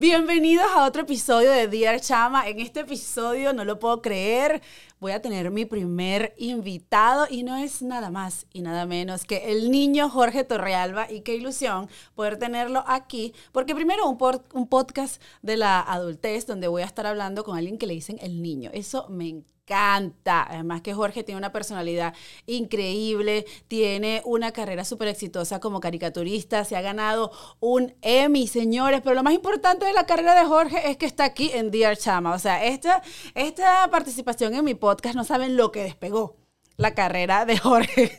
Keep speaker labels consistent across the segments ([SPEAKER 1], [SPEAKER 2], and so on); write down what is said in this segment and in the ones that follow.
[SPEAKER 1] Bienvenidos a otro episodio de Dear Chama. En este episodio, no lo puedo creer, voy a tener mi primer invitado y no es nada más y nada menos que el niño Jorge Torrealba. Y qué ilusión poder tenerlo aquí, porque primero un, por- un podcast de la adultez donde voy a estar hablando con alguien que le dicen el niño. Eso me encanta encanta. Además que Jorge tiene una personalidad increíble, tiene una carrera súper exitosa como caricaturista, se ha ganado un Emmy, señores. Pero lo más importante de la carrera de Jorge es que está aquí en Dear Chama. O sea, esta, esta participación en mi podcast no saben lo que despegó la carrera de Jorge.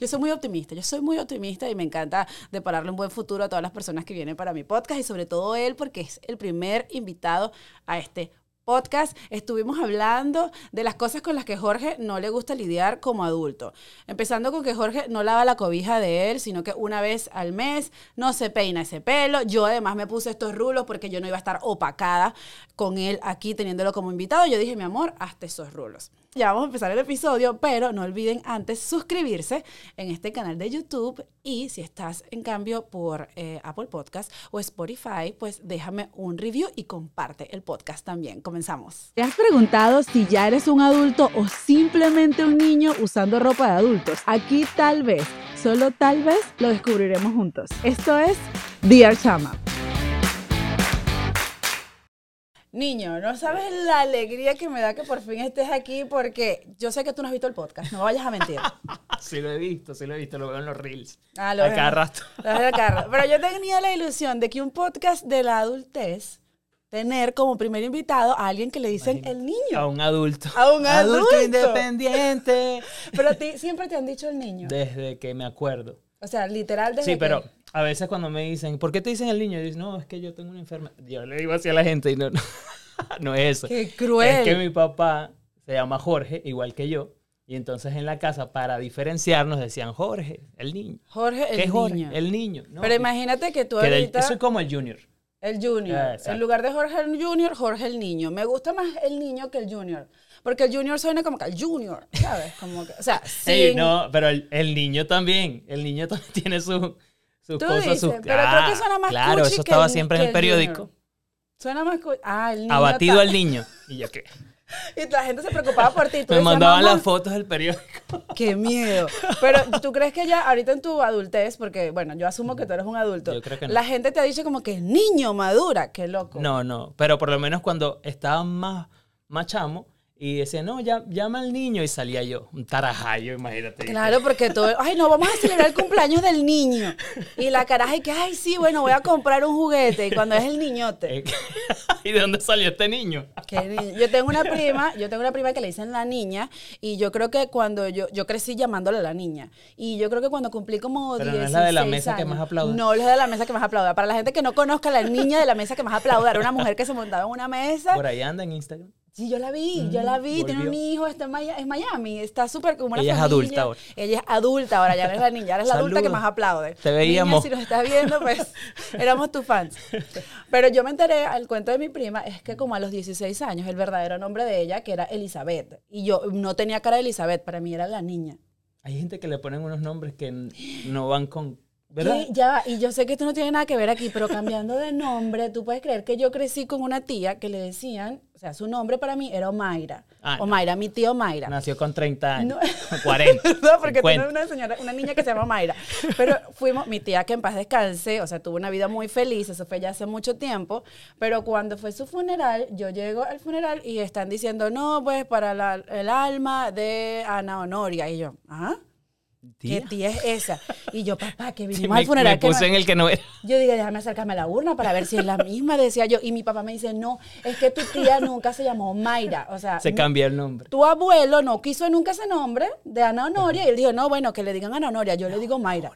[SPEAKER 1] Yo soy muy optimista, yo soy muy optimista y me encanta depararle un buen futuro a todas las personas que vienen para mi podcast y sobre todo él porque es el primer invitado a este podcast. Estuvimos hablando de las cosas con las que Jorge no le gusta lidiar como adulto. Empezando con que Jorge no lava la cobija de él, sino que una vez al mes no se peina ese pelo. Yo además me puse estos rulos porque yo no iba a estar opacada con él aquí teniéndolo como invitado. Yo dije, mi amor, hazte esos rulos. Ya vamos a empezar el episodio, pero no olviden antes suscribirse en este canal de YouTube y si estás en cambio por eh, Apple Podcast o Spotify, pues déjame un review y comparte el podcast también. Comenzamos. ¿Te has preguntado si ya eres un adulto o simplemente un niño usando ropa de adultos? Aquí tal vez, solo tal vez, lo descubriremos juntos. Esto es Dear Chama. Niño, no sabes la alegría que me da que por fin estés aquí porque yo sé que tú no has visto el podcast, no vayas a mentir.
[SPEAKER 2] Sí lo he visto, sí lo he visto, lo veo en los reels.
[SPEAKER 1] Ah, lo
[SPEAKER 2] A
[SPEAKER 1] veo.
[SPEAKER 2] cada rato.
[SPEAKER 1] Lo veo en el carro. Pero yo tenía la ilusión de que un podcast de la adultez, tener como primer invitado a alguien que le dicen el niño.
[SPEAKER 2] A un adulto.
[SPEAKER 1] A un adulto.
[SPEAKER 2] independiente.
[SPEAKER 1] Pero a ti siempre te han dicho el niño.
[SPEAKER 2] Desde que me acuerdo.
[SPEAKER 1] O sea, literal desde
[SPEAKER 2] Sí, pero
[SPEAKER 1] que-
[SPEAKER 2] a veces cuando me dicen, ¿por qué te dicen el niño? Yo digo, no, es que yo tengo una enfermedad. Yo le digo así a la gente y no, no, no es eso.
[SPEAKER 1] ¡Qué cruel!
[SPEAKER 2] Es que mi papá se llama Jorge, igual que yo. Y entonces en la casa, para diferenciarnos, decían Jorge, el niño.
[SPEAKER 1] Jorge, el
[SPEAKER 2] ¿Qué es Jorge?
[SPEAKER 1] niño.
[SPEAKER 2] El niño. ¿no?
[SPEAKER 1] pero imagínate que tú
[SPEAKER 2] Que del-
[SPEAKER 1] ahorita...
[SPEAKER 2] soy como el junior.
[SPEAKER 1] El junior.
[SPEAKER 2] Ah, exacto.
[SPEAKER 1] en lugar de Jorge el junior, Jorge el niño. Me gusta más el niño que el junior. Porque el junior suena como que el junior, ¿sabes? Como que, o sea, sí.
[SPEAKER 2] Sí, no, pero el, el niño también. El niño también tiene su, sus
[SPEAKER 1] Tú
[SPEAKER 2] cosas,
[SPEAKER 1] dices,
[SPEAKER 2] sus. Ah,
[SPEAKER 1] pero creo que suena más
[SPEAKER 2] Claro,
[SPEAKER 1] cuchi
[SPEAKER 2] eso
[SPEAKER 1] que
[SPEAKER 2] estaba
[SPEAKER 1] el-
[SPEAKER 2] siempre
[SPEAKER 1] que
[SPEAKER 2] en el
[SPEAKER 1] el Junior.
[SPEAKER 2] periódico.
[SPEAKER 1] Suena más... cu- Ah, el niño
[SPEAKER 2] Abatido
[SPEAKER 1] tal.
[SPEAKER 2] al niño. Y yo qué.
[SPEAKER 1] Y la gente se preocupaba por ti. Tú
[SPEAKER 2] Me
[SPEAKER 1] decías,
[SPEAKER 2] mandaban
[SPEAKER 1] "Mamá,
[SPEAKER 2] las fotos del periódico.
[SPEAKER 1] Qué miedo. Pero tú crees que ya ahorita en tu adultez, porque bueno, yo asumo que tú eres un adulto,
[SPEAKER 2] Yo creo que no.
[SPEAKER 1] la gente te ha dicho como que niño madura, qué loco.
[SPEAKER 2] No, no. Pero por lo menos cuando estaba más, más chamo y decía, no, ya, llama al niño. Y salía yo, un tarajayo, imagínate.
[SPEAKER 1] Claro, porque todo, ay, no, vamos a celebrar el cumpleaños del niño. Y la caraja y que, ay, sí, bueno, voy a comprar un juguete. Y cuando es el niñote.
[SPEAKER 2] Eh, ¿Y de dónde salió este niño?
[SPEAKER 1] qué ni- Yo tengo una prima, yo tengo una prima que le dicen la niña, y yo creo que cuando yo, yo crecí llamándola la niña, y yo creo que cuando cumplí como
[SPEAKER 2] Pero
[SPEAKER 1] 10
[SPEAKER 2] no es la de la mesa que más aplaude.
[SPEAKER 1] No, es la de la mesa que más aplauda. Para la gente que no conozca, la niña de la mesa que más aplauda era una mujer que se montaba en una mesa
[SPEAKER 2] Por ahí anda en Instagram.
[SPEAKER 1] Sí, yo la vi, yo la vi, tiene un
[SPEAKER 2] Mm, volvió.
[SPEAKER 1] hijo, está en Maya- en Miami, está súper como una
[SPEAKER 2] Ella es
[SPEAKER 1] familia.
[SPEAKER 2] adulta ahora.
[SPEAKER 1] Ella es adulta ahora, ya no es la niña, ahora es la adulta que
[SPEAKER 2] Saludos.
[SPEAKER 1] más aplaude.
[SPEAKER 2] Te
[SPEAKER 1] Niña,
[SPEAKER 2] veíamos.
[SPEAKER 1] si nos estás viendo, pues éramos tus fans. Pero yo me enteré, al cuento de mi prima, es que como a los 16 años, el verdadero nombre de ella, que era Elizabeth, y yo no tenía cara de Elizabeth, para mí era la niña.
[SPEAKER 2] Hay gente que le ponen unos nombres que n- no van con. ¿Verdad?
[SPEAKER 1] Y, ya va, y yo sé que esto no tiene nada que ver aquí, pero cambiando de nombre, tú puedes creer que yo crecí con una tía que le decían, o sea, su nombre para mí era Omaira.
[SPEAKER 2] Ah, no.
[SPEAKER 1] Omaira, mi tía Omaira.
[SPEAKER 2] Nació con 30 años,
[SPEAKER 1] No.
[SPEAKER 2] con 40.
[SPEAKER 1] No, porque tenía
[SPEAKER 2] 50.
[SPEAKER 1] una señora, una niña que se llama Mayra. Pero fuimos, mi tía que en paz descanse, o sea, tuvo una vida muy feliz, eso fue ya hace mucho tiempo, pero cuando fue su funeral, yo llego al funeral y están diciendo, no, pues para la- el alma de Ana Honoria. Y yo, ¿ah? ¿Qué
[SPEAKER 2] Tía.
[SPEAKER 1] tía es esa? Y yo, papá, que
[SPEAKER 2] Sí,
[SPEAKER 1] vinimos
[SPEAKER 2] me,
[SPEAKER 1] al funeral.
[SPEAKER 2] me
[SPEAKER 1] que no-
[SPEAKER 2] puse en el que no era.
[SPEAKER 1] yo dije, déjame acercarme a la urna para ver si es la misma, decía yo. Y mi papá me dice, no, es que tu tía nunca se llamó Mayra. O sea,
[SPEAKER 2] Se cambió el nombre.
[SPEAKER 1] tu abuelo no quiso nunca ese nombre de Ana Honoria y él dijo, no, bueno, que le digan Ana Honoria, yo le digo Mayra.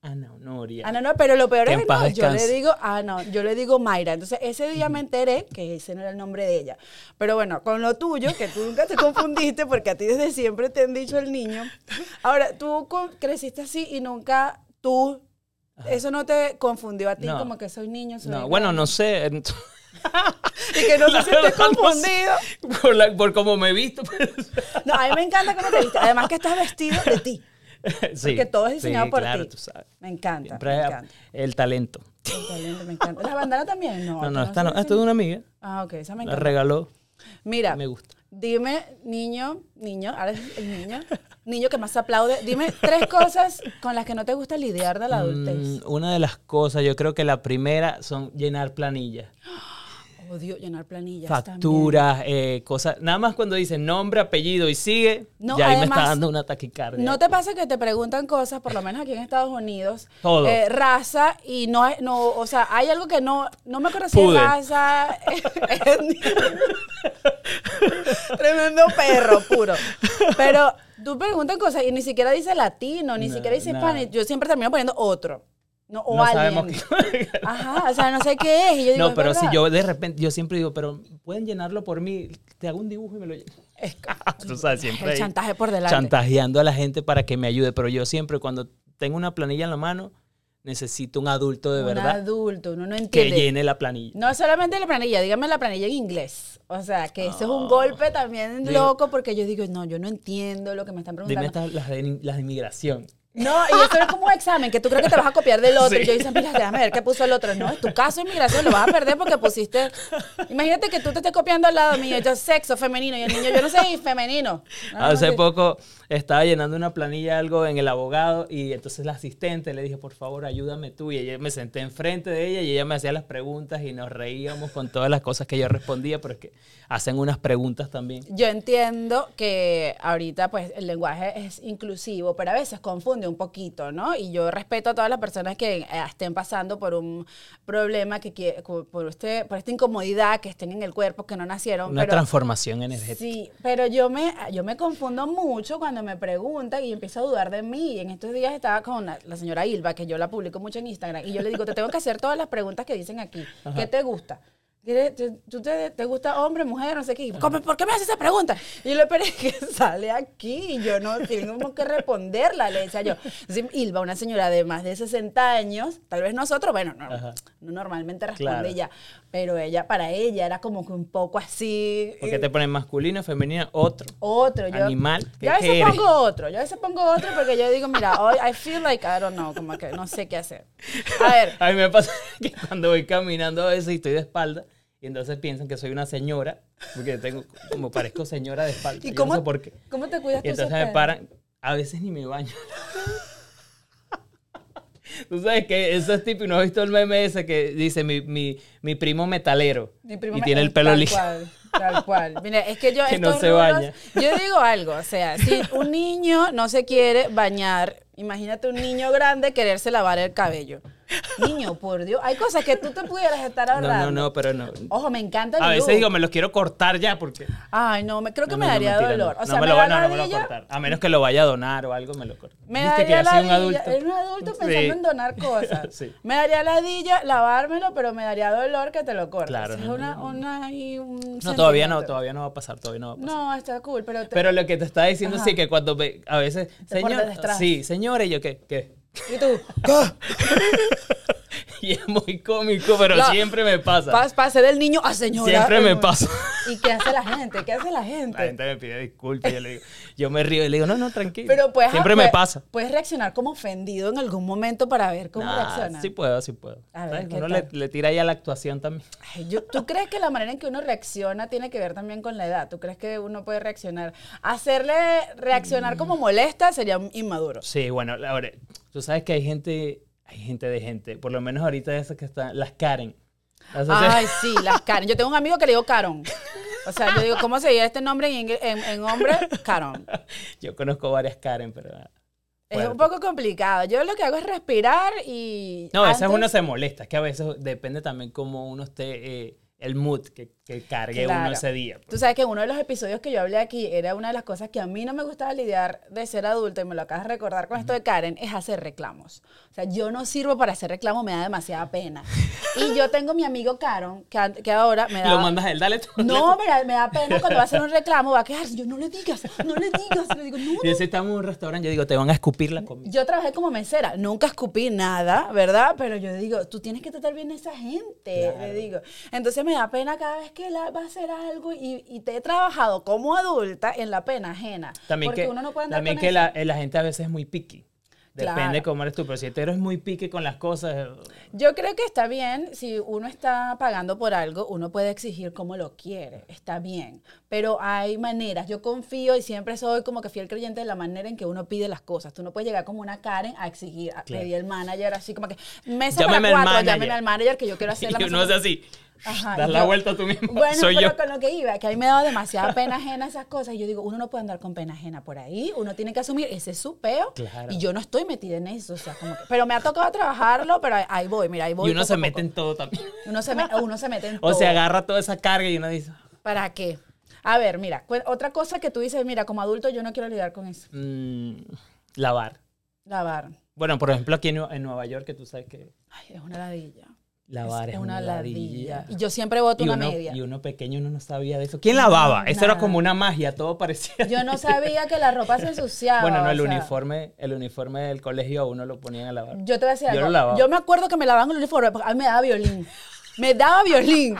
[SPEAKER 2] Ana Honoria.
[SPEAKER 1] Ana no, pero lo peor
[SPEAKER 2] Que
[SPEAKER 1] es
[SPEAKER 2] en
[SPEAKER 1] que
[SPEAKER 2] paz
[SPEAKER 1] no, yo le
[SPEAKER 2] descanse.
[SPEAKER 1] digo, ah, no, yo le digo Mayra. Entonces ese día me enteré que ese no era el nombre de ella. Pero bueno, con lo tuyo, que tú nunca te confundiste porque a ti desde siempre te han dicho el niño. Ahora, tú co- creciste así y nunca tú, eso no te confundió a ti
[SPEAKER 2] No.
[SPEAKER 1] como que soy niño, soy
[SPEAKER 2] No, bueno, no sé. en-
[SPEAKER 1] Y que no
[SPEAKER 2] la
[SPEAKER 1] se siente
[SPEAKER 2] verdad, no sé.
[SPEAKER 1] confundido.
[SPEAKER 2] Por, la- por cómo me he visto. pues. pero-
[SPEAKER 1] No, a mí me encanta cómo te viste. Además que estás vestido de ti.
[SPEAKER 2] sí,
[SPEAKER 1] Porque todo es
[SPEAKER 2] sí,
[SPEAKER 1] diseñado por
[SPEAKER 2] claro,
[SPEAKER 1] ti.
[SPEAKER 2] tú sabes.
[SPEAKER 1] Me encanta.
[SPEAKER 2] Siempre
[SPEAKER 1] me
[SPEAKER 2] hay-
[SPEAKER 1] encanta.
[SPEAKER 2] el talento.
[SPEAKER 1] Excelente, me encanta. ¿La bandana también? No,
[SPEAKER 2] No, no,
[SPEAKER 1] esta
[SPEAKER 2] esta no.
[SPEAKER 1] sé
[SPEAKER 2] Esto es
[SPEAKER 1] si-
[SPEAKER 2] de una amiga.
[SPEAKER 1] Ah, ok, esa me
[SPEAKER 2] La
[SPEAKER 1] encanta.
[SPEAKER 2] regaló.
[SPEAKER 1] Mira,
[SPEAKER 2] Me gusta.
[SPEAKER 1] dime, niño, niño, ahora es el niño, niño que más aplaude, dime tres cosas con las que no te gusta lidiar de la adultez.
[SPEAKER 2] Mm, una de las cosas, yo creo que la primera son llenar planillas.
[SPEAKER 1] Odio llenar planillas
[SPEAKER 2] facturas, eh, cosas. Nada más cuando dicen nombre, apellido y sigue,
[SPEAKER 1] No,
[SPEAKER 2] ya ahí me
[SPEAKER 1] además,
[SPEAKER 2] está dando una taquicardia.
[SPEAKER 1] también. ¿No te pasa que te preguntan cosas, por lo menos aquí en Estados Unidos,
[SPEAKER 2] Todo.
[SPEAKER 1] eh, raza, y no, hay- no, o sea, hay algo que no, no me acuerdo si es
[SPEAKER 2] Pude.
[SPEAKER 1] raza, etnia. tremendo perro, puro. Pero tú preguntas cosas y ni siquiera dice latino, ni
[SPEAKER 2] No,
[SPEAKER 1] siquiera dice
[SPEAKER 2] no.
[SPEAKER 1] hispano, yo siempre termino poniendo otro, no, o
[SPEAKER 2] No
[SPEAKER 1] alguien.
[SPEAKER 2] sabemos qué-
[SPEAKER 1] Ajá, o sea, no sé qué es. Y yo digo,
[SPEAKER 2] no,
[SPEAKER 1] es
[SPEAKER 2] pero si
[SPEAKER 1] verdad.
[SPEAKER 2] yo de repente, yo siempre digo, pero pueden llenarlo por mí, te hago un dibujo y me lo lleno.
[SPEAKER 1] Es que-
[SPEAKER 2] Tú sabes, siempre
[SPEAKER 1] el
[SPEAKER 2] ahí
[SPEAKER 1] chantaje por delante.
[SPEAKER 2] chantajeando a la gente para que me ayude, pero yo siempre cuando tengo una planilla en la mano, necesito un adulto de
[SPEAKER 1] un
[SPEAKER 2] verdad
[SPEAKER 1] adulto, uno no
[SPEAKER 2] que
[SPEAKER 1] entiende.
[SPEAKER 2] llene la planilla.
[SPEAKER 1] No solamente la planilla, dígame la planilla en inglés. O sea, que eso es
[SPEAKER 2] Ah.
[SPEAKER 1] un golpe también
[SPEAKER 2] Digo-
[SPEAKER 1] loco porque yo digo, no, yo no entiendo lo que me están
[SPEAKER 2] Dime
[SPEAKER 1] preguntando.
[SPEAKER 2] estas, las, de, las de inmigración.
[SPEAKER 1] No, y eso es como un examen, que tú crees que te vas a copiar del otro.
[SPEAKER 2] Sí.
[SPEAKER 1] Y yo dice, mira, déjame ver qué puso el otro. No, es tu caso de inmigración, lo vas a perder porque pusiste... Imagínate que tú te estés copiando al lado mío, yo sexo femenino, y el niño, yo no sé, y femenino. No, no,
[SPEAKER 2] Hace
[SPEAKER 1] sí.
[SPEAKER 2] poco estaba llenando una planilla algo en el abogado y entonces la asistente le dije, por favor, ayúdame tú. Y ella me senté enfrente de ella y ella me hacía las preguntas y nos reíamos con todas las cosas que yo respondía, pero es que hacen unas preguntas también.
[SPEAKER 1] Yo entiendo que ahorita pues el lenguaje es inclusivo, pero a veces confunde un poquito, ¿no? Y yo respeto a todas las personas que eh, estén pasando por un problema, que, quie- cu- por, este, por esta incomodidad, que estén en el cuerpo, que no nacieron.
[SPEAKER 2] Una
[SPEAKER 1] pero,
[SPEAKER 2] transformación energética.
[SPEAKER 1] sí, pero yo me, yo me confundo mucho cuando me preguntan y empiezo a dudar de mí. Y en estos días estaba con la, la señora Ilva, que yo la publico mucho en Instagram, y yo le digo, te tengo que hacer todas las preguntas que dicen aquí. ¿Qué te gusta? ¿Quieres- te- ¿Tú te, te gusta hombre, mujer, no sé qué? ¿Cómo- ¿Por qué me haces esa pregunta? Y lo peor es que sale aquí y yo no tengo que responderla, le decía yo. Entonces, Ilva, una señora de más de 60 años, tal vez nosotros, bueno, no,
[SPEAKER 2] Ajá.
[SPEAKER 1] no normalmente responde
[SPEAKER 2] Claro.
[SPEAKER 1] ella, pero ella, para ella, era como que un poco así.
[SPEAKER 2] ¿Por qué te ponen masculino, femenino, otro?
[SPEAKER 1] Otro, yo.
[SPEAKER 2] Animal, ¿qué-
[SPEAKER 1] Yo a
[SPEAKER 2] qué
[SPEAKER 1] veces
[SPEAKER 2] eres?
[SPEAKER 1] pongo otro, yo a veces pongo otro porque yo digo, mira, hoy I feel like I don't know, como que no sé qué hacer. A ver,
[SPEAKER 2] A mí me pasa que cuando voy caminando a veces y estoy de espalda y entonces piensan que soy una señora, porque tengo como parezco señora de espalda.
[SPEAKER 1] ¿y
[SPEAKER 2] yo
[SPEAKER 1] cómo,
[SPEAKER 2] no sé por qué.
[SPEAKER 1] cómo te cuidas
[SPEAKER 2] Y
[SPEAKER 1] tú?
[SPEAKER 2] entonces
[SPEAKER 1] Sofía?
[SPEAKER 2] me paran, a veces ni me baño. Tú sabes que eso es típico, ¿no has visto el meme ese que dice mi, mi, mi primo metalero?
[SPEAKER 1] Mi primo
[SPEAKER 2] y
[SPEAKER 1] me-
[SPEAKER 2] tiene el pelo
[SPEAKER 1] tal
[SPEAKER 2] liso.
[SPEAKER 1] Cual, tal cual. Mira, es que yo.
[SPEAKER 2] Que no
[SPEAKER 1] estos
[SPEAKER 2] se
[SPEAKER 1] rulos-
[SPEAKER 2] baña.
[SPEAKER 1] Yo digo algo, o sea, si un niño no se quiere bañar, imagínate un niño grande quererse lavar el cabello. Niño, por Dios, hay cosas que tú te pudieras estar
[SPEAKER 2] No,
[SPEAKER 1] ahorrando.
[SPEAKER 2] no, no, pero no.
[SPEAKER 1] Ojo, me encanta el
[SPEAKER 2] A
[SPEAKER 1] look.
[SPEAKER 2] veces digo, me los quiero cortar ya porque...
[SPEAKER 1] Ay, no, me, creo que
[SPEAKER 2] No,
[SPEAKER 1] me
[SPEAKER 2] no, no,
[SPEAKER 1] daría
[SPEAKER 2] mentira, no.
[SPEAKER 1] dolor. O
[SPEAKER 2] No
[SPEAKER 1] sea,
[SPEAKER 2] me
[SPEAKER 1] me,
[SPEAKER 2] lo,
[SPEAKER 1] da
[SPEAKER 2] van a- no me lo voy a
[SPEAKER 1] ladilla-
[SPEAKER 2] cortar. A menos que lo vaya a donar o algo, me lo corto.
[SPEAKER 1] Me
[SPEAKER 2] Viste que
[SPEAKER 1] daría
[SPEAKER 2] ya soy un
[SPEAKER 1] ladilla.
[SPEAKER 2] adulto.
[SPEAKER 1] Era un adulto pensando
[SPEAKER 2] Sí.
[SPEAKER 1] en donar cosas.
[SPEAKER 2] Sí.
[SPEAKER 1] Me daría ladilla lavármelo, pero me daría dolor que te lo cortes.
[SPEAKER 2] Claro,
[SPEAKER 1] Es
[SPEAKER 2] no, no,
[SPEAKER 1] una,
[SPEAKER 2] no.
[SPEAKER 1] una y un
[SPEAKER 2] No, todavía no,
[SPEAKER 1] sentimiento.
[SPEAKER 2] todavía no va a pasar, todavía no va a pasar.
[SPEAKER 1] No, está cool, pero, te-
[SPEAKER 2] Pero lo que te estaba diciendo
[SPEAKER 1] Ajá.
[SPEAKER 2] sí que cuando me- a veces,
[SPEAKER 1] Te portas
[SPEAKER 2] señor,
[SPEAKER 1] detrás.
[SPEAKER 2] sí, señora, y yo qué, qué.
[SPEAKER 1] ¿Y tú?
[SPEAKER 2] Y es muy cómico, pero
[SPEAKER 1] La-
[SPEAKER 2] siempre me pasa.
[SPEAKER 1] Pas- Pasé del niño a señora. eh,
[SPEAKER 2] Siempre me pasa.
[SPEAKER 1] ¿Y qué hace la gente? ¿Qué hace la gente?
[SPEAKER 2] La gente me pide disculpas, yo le digo, yo me río y le digo, no, no, tranquilo.
[SPEAKER 1] Pero pues,
[SPEAKER 2] siempre
[SPEAKER 1] ah,
[SPEAKER 2] me
[SPEAKER 1] pues,
[SPEAKER 2] pasa.
[SPEAKER 1] Puedes reaccionar como ofendido en algún momento para ver cómo
[SPEAKER 2] Nah,
[SPEAKER 1] reacciona.
[SPEAKER 2] sí puedo, sí puedo.
[SPEAKER 1] A ver,
[SPEAKER 2] ¿Sabes?
[SPEAKER 1] ¿qué
[SPEAKER 2] Uno
[SPEAKER 1] tal?
[SPEAKER 2] le, le tira ahí a la actuación también.
[SPEAKER 1] Ay, yo- ¿Tú crees que la manera en que uno reacciona tiene que ver también con la edad? ¿Tú crees que uno puede reaccionar? Hacerle reaccionar como
[SPEAKER 2] Mm.
[SPEAKER 1] molesta sería inmaduro.
[SPEAKER 2] Sí, bueno, ahora, tú sabes que hay gente, hay gente de gente, por lo menos ahorita esas que están, las Karen. Las hacen-
[SPEAKER 1] Ay, sí, las Karen. Yo tengo un amigo que le digo Caron. O sea, yo digo, ¿cómo se diría este nombre en, ingl- en- en hombre? Caron.
[SPEAKER 2] Yo conozco varias Karen, pero... ah,
[SPEAKER 1] Es
[SPEAKER 2] fuerte.
[SPEAKER 1] un poco complicado. Yo lo que hago es respirar y...
[SPEAKER 2] No, a veces
[SPEAKER 1] antes-
[SPEAKER 2] uno se molesta, es que a veces depende también cómo uno esté, eh, el mood que, que cargue
[SPEAKER 1] Claro.
[SPEAKER 2] uno ese día. pues.
[SPEAKER 1] Tú sabes que uno de los episodios que yo hablé aquí era una de las cosas que a mí no me gustaba lidiar de ser adulta, y me lo acabas de recordar con esto de Karen, es hacer reclamos. O sea, yo no sirvo para hacer reclamos, me da demasiada pena. Y yo tengo mi amigo Karen, que, an- que ahora me da...
[SPEAKER 2] Lo mandas a él, dale tú.
[SPEAKER 1] no, me da, me da pena cuando va a hacer un reclamo, va a quejarse, yo no le digas, no le digas, le digo, no, no,
[SPEAKER 2] Y si estamos en un restaurante, yo digo, te van a escupir la comida.
[SPEAKER 1] yo trabajé como mesera, nunca escupí nada, ¿verdad? Pero yo digo, tú tienes que tratar bien a esa gente, le digo. Entonces me da pena cada vez que la, va a hacer algo y, y te he trabajado como adulta en la pena ajena.
[SPEAKER 2] También
[SPEAKER 1] porque
[SPEAKER 2] que,
[SPEAKER 1] uno no puede andar
[SPEAKER 2] también
[SPEAKER 1] con
[SPEAKER 2] que
[SPEAKER 1] eso.
[SPEAKER 2] la, eh, la gente a veces es muy picky. Depende cómo eres tú, pero si tú eres muy pique con las cosas,
[SPEAKER 1] Yo creo que está bien, si uno está pagando por algo, uno puede exigir como lo quiere, está bien, pero hay maneras, yo confío y siempre soy como que fiel creyente de la manera en que uno pide las cosas, tú no puedes llegar como una Karen a exigir, a
[SPEAKER 2] Claro.
[SPEAKER 1] pedir al manager así como que, mesa
[SPEAKER 2] Llámeme al
[SPEAKER 1] para cuatro,
[SPEAKER 2] manager.
[SPEAKER 1] llámeme al manager que yo quiero hacer la
[SPEAKER 2] y
[SPEAKER 1] mesa
[SPEAKER 2] uno es así,
[SPEAKER 1] Ajá,
[SPEAKER 2] das
[SPEAKER 1] y
[SPEAKER 2] la
[SPEAKER 1] yo-
[SPEAKER 2] vuelta tú mismo,
[SPEAKER 1] Bueno,
[SPEAKER 2] soy
[SPEAKER 1] pero
[SPEAKER 2] yo.
[SPEAKER 1] con lo que iba, que a mí me ha dado demasiada pena ajena esas cosas. Y yo digo, uno no puede andar con pena ajena por ahí. Uno tiene que asumir, ese es su peo.
[SPEAKER 2] Claro.
[SPEAKER 1] Y yo no estoy metida en eso. O sea, como que- pero me ha tocado trabajarlo, pero ahí- ahí voy, mira, ahí voy.
[SPEAKER 2] Y uno
[SPEAKER 1] poco
[SPEAKER 2] se
[SPEAKER 1] a
[SPEAKER 2] mete
[SPEAKER 1] poco.
[SPEAKER 2] en todo también.
[SPEAKER 1] Uno se, me- uno se mete en
[SPEAKER 2] O se
[SPEAKER 1] todo.
[SPEAKER 2] agarra toda esa carga y uno dice,
[SPEAKER 1] ¿Para qué? A ver, mira, cu- otra cosa que tú dices, mira, como adulto yo no quiero lidiar con eso.
[SPEAKER 2] mm, lavar.
[SPEAKER 1] Lavar.
[SPEAKER 2] Bueno, por ejemplo, aquí en, en Nueva York, que tú sabes que
[SPEAKER 1] Ay, es una ladilla.
[SPEAKER 2] lavar es, una ladilla.
[SPEAKER 1] Y yo siempre voto
[SPEAKER 2] Y
[SPEAKER 1] una
[SPEAKER 2] uno,
[SPEAKER 1] media.
[SPEAKER 2] y uno pequeño uno no sabía de eso. ¿Quién lavaba? Eso era
[SPEAKER 1] nada.
[SPEAKER 2] como una magia, todo parecía.
[SPEAKER 1] Yo no sabía que la ropa se ensuciaba.
[SPEAKER 2] Bueno, no,
[SPEAKER 1] o
[SPEAKER 2] el
[SPEAKER 1] sea.
[SPEAKER 2] uniforme, el uniforme del colegio a uno lo ponían a lavar.
[SPEAKER 1] Yo te voy a decir
[SPEAKER 2] Yo lo
[SPEAKER 1] algo.
[SPEAKER 2] lavaba.
[SPEAKER 1] Yo me acuerdo que me lavaban el uniforme porque a mí me daba violín. Me daba violín.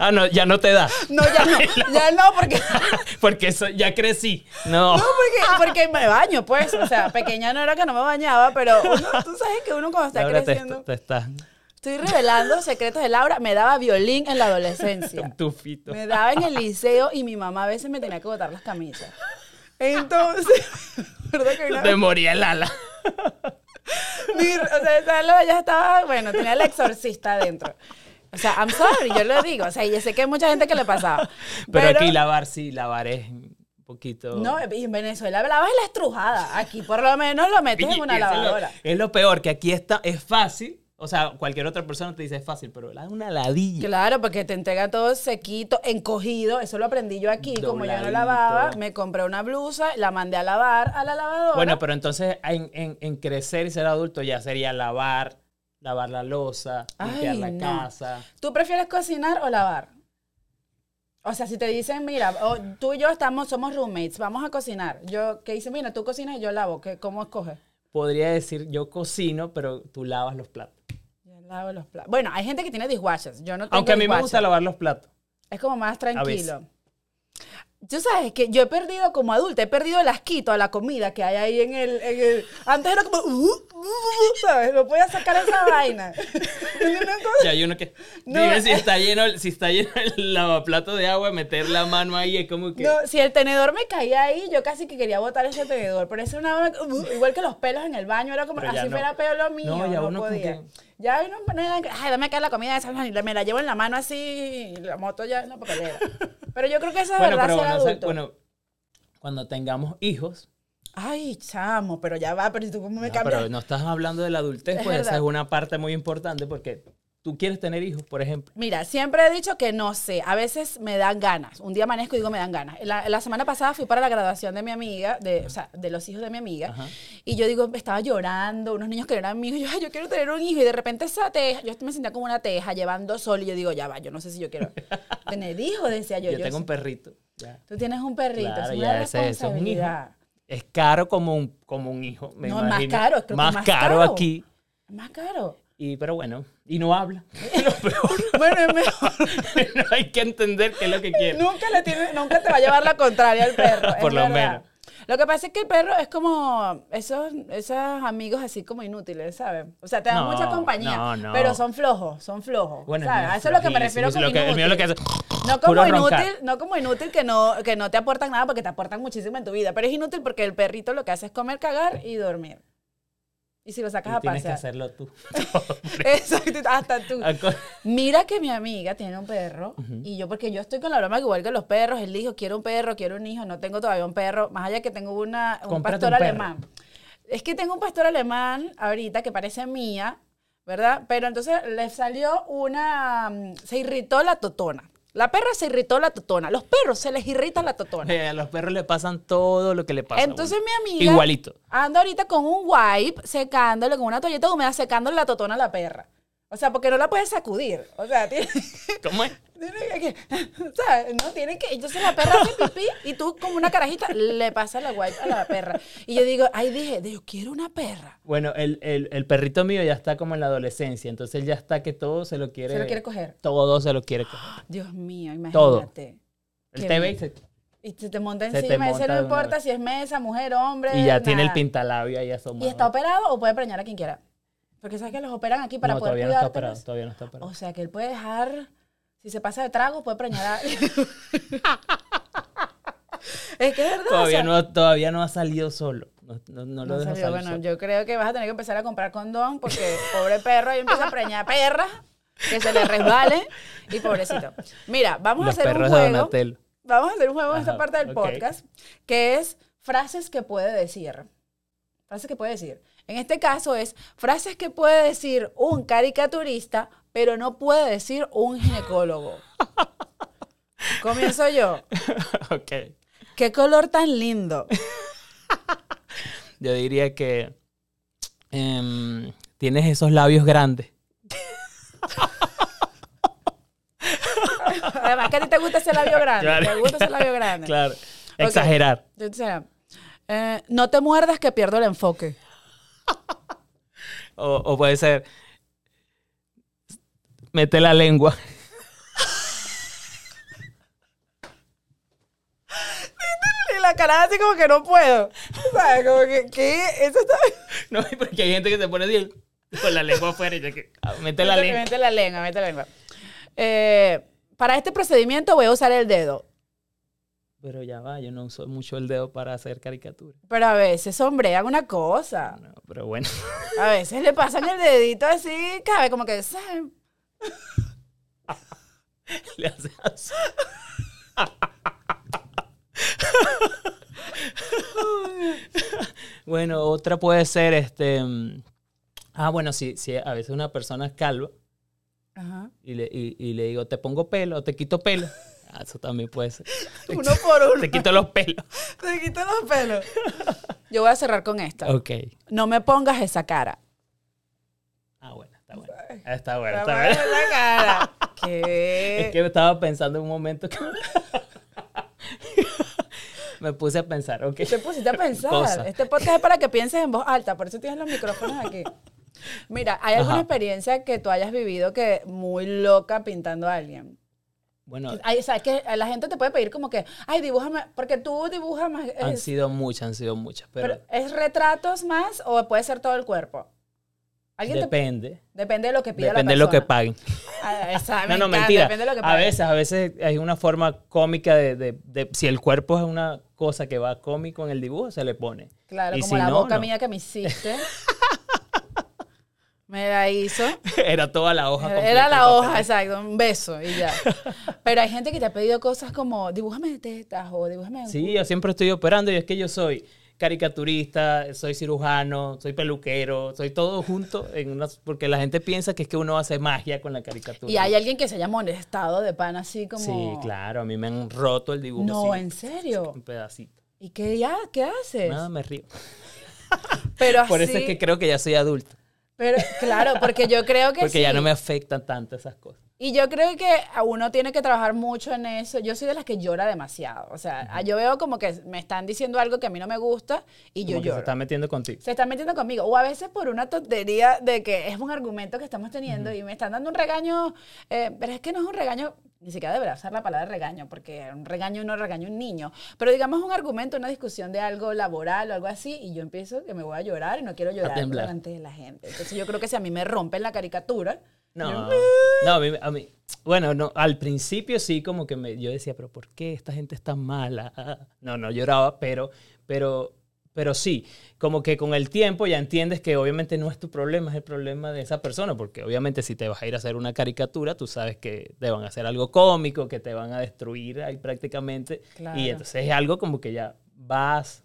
[SPEAKER 2] Ah, no, ya no te da.
[SPEAKER 1] No, ya no. Ya no, porque,
[SPEAKER 2] Porque eso ya crecí. No.
[SPEAKER 1] no, porque, porque me baño, pues. O sea, pequeña no era que no me bañaba, pero uno- tú sabes que uno cuando está
[SPEAKER 2] Laura, te,
[SPEAKER 1] creciendo.
[SPEAKER 2] te estás
[SPEAKER 1] Estoy revelando secretos de Laura. Me daba violín en la adolescencia.
[SPEAKER 2] un tufito.
[SPEAKER 1] Me daba en el liceo y mi mamá a veces me tenía que botar las camisas. Entonces, me acuerdo que una
[SPEAKER 2] Te moría el ala.
[SPEAKER 1] Mi- o sea, esa loba ya estaba, bueno, tenía el exorcista adentro. O sea, I'm sorry, yo lo digo. O sea, yo sé que hay mucha gente que le pasaba.
[SPEAKER 2] Pero, aquí lavar, sí, lavar es un poquito.
[SPEAKER 1] No, y en Venezuela lavas la estrujada. Aquí por lo menos lo metes en
[SPEAKER 2] Y
[SPEAKER 1] una
[SPEAKER 2] eso es lo-
[SPEAKER 1] lavadora.
[SPEAKER 2] Es lo, peor, que aquí está, es fácil. O sea, cualquier otra persona te dice es fácil, pero es una ladilla.
[SPEAKER 1] Claro, porque te entrega todo sequito, encogido. Eso lo aprendí yo aquí. Como yo no
[SPEAKER 2] Dobladito.
[SPEAKER 1] lavaba, me compré una blusa, la mandé a lavar a la lavadora.
[SPEAKER 2] Bueno, pero entonces en, en- en crecer y ser adulto ya sería lavar, lavar la losa,
[SPEAKER 1] Ay,
[SPEAKER 2] limpiar la
[SPEAKER 1] no.
[SPEAKER 2] casa.
[SPEAKER 1] ¿Tú prefieres cocinar o lavar? O sea, si te dicen, mira, o- tú y yo estamos, somos roommates, vamos a cocinar. Yo, que dicen, mira, tú cocinas y yo lavo, ¿qué, ¿cómo escoges?
[SPEAKER 2] Podría decir yo cocino, pero tú lavas los platos.
[SPEAKER 1] Yo lavo los platos. Bueno, hay gente que tiene dishwashers, yo no tengo
[SPEAKER 2] Aunque a mí me
[SPEAKER 1] dishwasher.
[SPEAKER 2] gusta lavar los platos.
[SPEAKER 1] Es como más
[SPEAKER 2] veces.
[SPEAKER 1] tranquilo. Tú sabes que yo he perdido como adulta, he perdido el asquito a la comida que hay ahí en el... en el- Antes era como, uh, uh, uh, ¿sabes? No podía sacar esa vaina. Una cosa-
[SPEAKER 2] Ya hay uno que
[SPEAKER 1] No,
[SPEAKER 2] dime si
[SPEAKER 1] eh.
[SPEAKER 2] está lleno, el- si está lleno el lavaplato de agua, meter la mano ahí es como que
[SPEAKER 1] No, si el tenedor me caía ahí, yo casi que quería botar ese tenedor. Pero eso una uh, igual que los pelos en el baño, era como
[SPEAKER 2] Pero ya
[SPEAKER 1] así
[SPEAKER 2] no.
[SPEAKER 1] fuera pelo mío,
[SPEAKER 2] No,
[SPEAKER 1] no,
[SPEAKER 2] ya uno como
[SPEAKER 1] podía.
[SPEAKER 2] que-
[SPEAKER 1] Ya uno no era- ay, dame acá la comida de esa, me la llevo en la mano así, y la moto ya en la papelera. Pero yo creo que eso es
[SPEAKER 2] bueno,
[SPEAKER 1] verdad
[SPEAKER 2] pero
[SPEAKER 1] ser
[SPEAKER 2] bueno, o sea,
[SPEAKER 1] adulto.
[SPEAKER 2] bueno, cuando tengamos hijos,
[SPEAKER 1] Ay, chamo, pero ya va, pero si tú cómo me
[SPEAKER 2] No,
[SPEAKER 1] cambias.
[SPEAKER 2] pero no estás hablando de la adultez,
[SPEAKER 1] Es
[SPEAKER 2] pues esa
[SPEAKER 1] verdad.
[SPEAKER 2] es una parte muy importante porque tú quieres tener hijos, por ejemplo.
[SPEAKER 1] Mira, siempre he dicho que no sé. A veces me dan ganas. Un día amanezco y digo me dan ganas. La, la semana pasada fui para la graduación de mi amiga, de, o sea, de los hijos de mi amiga.
[SPEAKER 2] Ajá.
[SPEAKER 1] Y yo digo, estaba llorando, unos niños que eran míos. Y yo, "Ay, yo quiero tener un hijo. Y de repente esa teja, yo me sentía como una teja llevando sol. Y yo digo, ya va, yo no sé si yo quiero tener hijos, decía yo.
[SPEAKER 2] Yo,
[SPEAKER 1] yo
[SPEAKER 2] tengo
[SPEAKER 1] sé-
[SPEAKER 2] un perrito. ya.
[SPEAKER 1] Tú tienes un perrito,
[SPEAKER 2] Claro,
[SPEAKER 1] es una
[SPEAKER 2] ya, ese- ese es un hijo.
[SPEAKER 1] responsabilidad.
[SPEAKER 2] Es caro como un, como un hijo, me
[SPEAKER 1] No, más
[SPEAKER 2] imagino.
[SPEAKER 1] caro, creo que
[SPEAKER 2] más,
[SPEAKER 1] más
[SPEAKER 2] caro,
[SPEAKER 1] caro.
[SPEAKER 2] aquí.
[SPEAKER 1] Más caro.
[SPEAKER 2] Y, pero bueno, y no habla. Lo peor,
[SPEAKER 1] Bueno, es mejor.
[SPEAKER 2] no hay que entender qué es lo que quiere.
[SPEAKER 1] Nunca, le tiene- nunca te va a llevar la contraria al perro. es
[SPEAKER 2] Por lo
[SPEAKER 1] verdad.
[SPEAKER 2] menos.
[SPEAKER 1] Lo que pasa es que el perro es como esos, esos amigos así como inútiles, ¿sabes? O sea, te dan
[SPEAKER 2] No,
[SPEAKER 1] mucha compañía,
[SPEAKER 2] no, no.
[SPEAKER 1] pero son flojos, son flojos.
[SPEAKER 2] Bueno, el
[SPEAKER 1] ¿sabes?
[SPEAKER 2] mío
[SPEAKER 1] A
[SPEAKER 2] es
[SPEAKER 1] eso es lo que me
[SPEAKER 2] flojísimo,
[SPEAKER 1] refiero con
[SPEAKER 2] lo que- el mío lo que
[SPEAKER 1] inútil.
[SPEAKER 2] hace-
[SPEAKER 1] No como
[SPEAKER 2] puro roncar.
[SPEAKER 1] inútil, no como inútil que no, que no te aportan nada porque te aportan muchísimo en tu vida, pero es inútil porque el perrito lo que hace es comer, cagar y dormir. Y si lo
[SPEAKER 2] Tú
[SPEAKER 1] sacas a
[SPEAKER 2] tienes que
[SPEAKER 1] pasear.
[SPEAKER 2] hacerlo tú.
[SPEAKER 1] Exacto, hasta tú.
[SPEAKER 2] Aco-
[SPEAKER 1] Mira que mi amiga tiene un perro y yo, porque yo estoy con la broma que igual que los perros, él dijo, quiero un perro, quiero un hijo, no tengo todavía un perro, más allá que tengo una, un
[SPEAKER 2] Cómprate
[SPEAKER 1] pastor
[SPEAKER 2] un perro.
[SPEAKER 1] alemán. Es que tengo un pastor alemán ahorita que parece mía, ¿verdad? Pero entonces le salió una, mm, se irritó la totona. La perra se irritó la totona. Los perros se les irrita la totona.
[SPEAKER 2] Eh, a los perros le pasan todo lo que le pasa. a uno.
[SPEAKER 1] Entonces mi amiga
[SPEAKER 2] Igualito.
[SPEAKER 1] anda ahorita con un wipe secándole, con una toallita húmeda secándole la totona a la perra. O sea, porque no la puedes sacudir. O sea, tiene...
[SPEAKER 2] ¿Cómo es?
[SPEAKER 1] Tiene que, que- ¿sabes? No, tiene que. Entonces la perra hace pipí y tú, como una carajita, le pasas la wipe a la perra. Y yo digo, ay, dije, yo quiero una perra.
[SPEAKER 2] Bueno, el, el- el perrito mío ya está como en la adolescencia, entonces él ya está que todo se lo quiere.
[SPEAKER 1] Se lo quiere coger.
[SPEAKER 2] Todo se lo quiere coger.
[SPEAKER 1] Dios mío, Ah, imagínate.
[SPEAKER 2] Todo.
[SPEAKER 1] Qué
[SPEAKER 2] El TV
[SPEAKER 1] bien.
[SPEAKER 2] se-
[SPEAKER 1] Y se te monta
[SPEAKER 2] Se te
[SPEAKER 1] encima, ese
[SPEAKER 2] monta
[SPEAKER 1] no
[SPEAKER 2] de una
[SPEAKER 1] importa
[SPEAKER 2] vez.
[SPEAKER 1] si es mesa, mujer, hombre.
[SPEAKER 2] Y ya tiene el
[SPEAKER 1] nada.
[SPEAKER 2] pintalabio ahí asomado.
[SPEAKER 1] Y está operado o puede preñar a quien quiera. Porque sabes que los operan aquí para
[SPEAKER 2] no,
[SPEAKER 1] poder
[SPEAKER 2] todavía no está
[SPEAKER 1] cuidártelos.
[SPEAKER 2] operado, todavía no está operado.
[SPEAKER 1] O sea que él puede dejar, si se pasa de trago, puede preñar a. es que es verdad. o
[SPEAKER 2] todavía,
[SPEAKER 1] sea,
[SPEAKER 2] no, todavía no ha salido solo. No, no- no lo
[SPEAKER 1] no
[SPEAKER 2] dejo
[SPEAKER 1] salió.
[SPEAKER 2] salir
[SPEAKER 1] Bueno,
[SPEAKER 2] solo.
[SPEAKER 1] yo creo que vas a tener que empezar a comprar condón porque pobre perro, ahí empieza a preñar perras que se le resbalen y pobrecito. Mira, vamos
[SPEAKER 2] Los
[SPEAKER 1] a hacer un
[SPEAKER 2] perros de
[SPEAKER 1] juego.
[SPEAKER 2] Donatello.
[SPEAKER 1] Vamos a hacer un juego en esta
[SPEAKER 2] Ajá,
[SPEAKER 1] parte del
[SPEAKER 2] ok.
[SPEAKER 1] podcast que es frases que puede decir. Frases que puede decir. En este caso es frases que puede decir un caricaturista, pero no puede decir un ginecólogo. Comienzo yo.
[SPEAKER 2] ok.
[SPEAKER 1] Qué color tan lindo.
[SPEAKER 2] Yo diría que em, tienes esos labios grandes.
[SPEAKER 1] Además que a ti te gusta ese labio grande.
[SPEAKER 2] Claro.
[SPEAKER 1] Te gusta ese labio grande.
[SPEAKER 2] Claro.
[SPEAKER 1] Ok.
[SPEAKER 2] Exagerar.
[SPEAKER 1] Entonces, eh, no te muerdas que pierdo el enfoque.
[SPEAKER 2] O, o puede ser. Mete la lengua.
[SPEAKER 1] Y la cara así como que no puedo. ¿Sabes? Como que, ¿qué? Eso está...
[SPEAKER 2] No, porque hay gente que se pone así con la lengua afuera y yo que. ah, Mete la
[SPEAKER 1] Mete-
[SPEAKER 2] lengua.
[SPEAKER 1] Mete la lengua, mete la lengua. Eh, para este procedimiento voy a usar el dedo.
[SPEAKER 2] Pero ya va, yo no uso mucho el dedo para hacer caricatura.
[SPEAKER 1] Pero a veces, hombre, hago una cosa.
[SPEAKER 2] No, pero bueno.
[SPEAKER 1] A veces le pasan el dedito así, cabe como que, ¿sabes?
[SPEAKER 2] Le haces así. bueno, otra puede ser este. mm, Ah, bueno, si, si a veces una persona es calva
[SPEAKER 1] Ajá.
[SPEAKER 2] y le, y- y le digo, te pongo pelo o te quito pelo. Ah, eso también puede ser.
[SPEAKER 1] Uno por uno.
[SPEAKER 2] Te quito los pelos.
[SPEAKER 1] Te quito los pelos. Yo voy a cerrar con esta.
[SPEAKER 2] Ok.
[SPEAKER 1] No me pongas esa cara.
[SPEAKER 2] Ah, bueno, está bueno. Está bueno,
[SPEAKER 1] No
[SPEAKER 2] está
[SPEAKER 1] me
[SPEAKER 2] bueno.
[SPEAKER 1] pongas esa cara. ¿Qué?
[SPEAKER 2] Es que estaba pensando en un momento que... Me puse a pensar, ok.
[SPEAKER 1] Te pusiste a pensar.
[SPEAKER 2] Cosa.
[SPEAKER 1] Este podcast es para que pienses en voz alta, por eso tienes los micrófonos aquí. Mira, ¿hay alguna
[SPEAKER 2] Ajá.
[SPEAKER 1] experiencia que tú hayas vivido que muy loca pintando a alguien?
[SPEAKER 2] Bueno,
[SPEAKER 1] Ay, o sea, es que la gente te puede pedir como que, ay, dibújame, porque tú dibujas más.
[SPEAKER 2] han
[SPEAKER 1] Es,
[SPEAKER 2] sido muchas, han sido muchas, Ah, pero,
[SPEAKER 1] pero, ¿Es retratos más o puede ser todo el cuerpo? Alguien te,
[SPEAKER 2] depende.
[SPEAKER 1] depende de lo que pida
[SPEAKER 2] Depende de
[SPEAKER 1] la
[SPEAKER 2] lo que
[SPEAKER 1] persona.
[SPEAKER 2] paguen.
[SPEAKER 1] Ah, esa, me
[SPEAKER 2] No, no,
[SPEAKER 1] encanta,
[SPEAKER 2] mentira.
[SPEAKER 1] Depende de lo que
[SPEAKER 2] a
[SPEAKER 1] pague.
[SPEAKER 2] veces, a veces hay una forma cómica de, de- de- Si el cuerpo es una cosa que va cómico en el dibujo, se le pone.
[SPEAKER 1] Claro,
[SPEAKER 2] Y
[SPEAKER 1] como
[SPEAKER 2] si
[SPEAKER 1] la
[SPEAKER 2] no,
[SPEAKER 1] boca
[SPEAKER 2] no.
[SPEAKER 1] mía que me hiciste. me la hizo.
[SPEAKER 2] Era toda la hoja. completa
[SPEAKER 1] Era
[SPEAKER 2] del
[SPEAKER 1] la
[SPEAKER 2] papel.
[SPEAKER 1] hoja, exacto, un beso y ya. Pero hay gente que te ha pedido cosas como, dibújame de tetas o dibújame de
[SPEAKER 2] Sí, yo siempre estoy operando y es que yo soy caricaturista, soy cirujano, soy peluquero, soy todo junto en una, porque la gente piensa que es que uno hace magia con la caricatura.
[SPEAKER 1] Y hay alguien que se haya molestado de pan así como...
[SPEAKER 2] Sí, claro, a mí me han roto el dibujo.
[SPEAKER 1] No,
[SPEAKER 2] así,
[SPEAKER 1] en serio.
[SPEAKER 2] Un pedacito.
[SPEAKER 1] ¿Y qué, ya, qué haces?
[SPEAKER 2] Nada, me río.
[SPEAKER 1] Pero
[SPEAKER 2] Por
[SPEAKER 1] así...
[SPEAKER 2] eso es que creo que ya soy adulto,
[SPEAKER 1] Pero claro, porque yo creo que
[SPEAKER 2] porque ya
[SPEAKER 1] sí.
[SPEAKER 2] no me afectan tanto esas cosas.
[SPEAKER 1] Y yo creo que a uno tiene que trabajar mucho en eso. Yo soy de las que llora demasiado. O sea, yo veo como que me están diciendo algo que a mí no me gusta y
[SPEAKER 2] Como
[SPEAKER 1] yo
[SPEAKER 2] que se
[SPEAKER 1] lloro.
[SPEAKER 2] está metiendo contigo.
[SPEAKER 1] se están metiendo conmigo. O a veces por una tontería de que es un argumento que estamos teniendo y me están dando un regaño, eh, pero es que no es un regaño, ni siquiera debería usar la palabra regaño, porque un regaño no regaña a un niño. Pero digamos un argumento, una discusión de algo laboral o algo así, y yo empiezo que me voy a llorar y no quiero llorar
[SPEAKER 2] temblar.
[SPEAKER 1] delante de la gente. Entonces yo creo que si a mí me rompen la caricatura,
[SPEAKER 2] No, no, a mí, a mí- bueno, no, al principio sí como que me, yo decía, pero ¿por qué esta gente es tan mala? Ah, No, no lloraba, pero, pero, pero sí, como que con el tiempo ya entiendes que obviamente no es tu problema, es el problema de esa persona, porque obviamente si te vas a ir a hacer una caricatura, tú sabes que te van a hacer algo cómico, que te van a destruir ahí prácticamente,
[SPEAKER 1] Claro.
[SPEAKER 2] y entonces es algo como que ya vas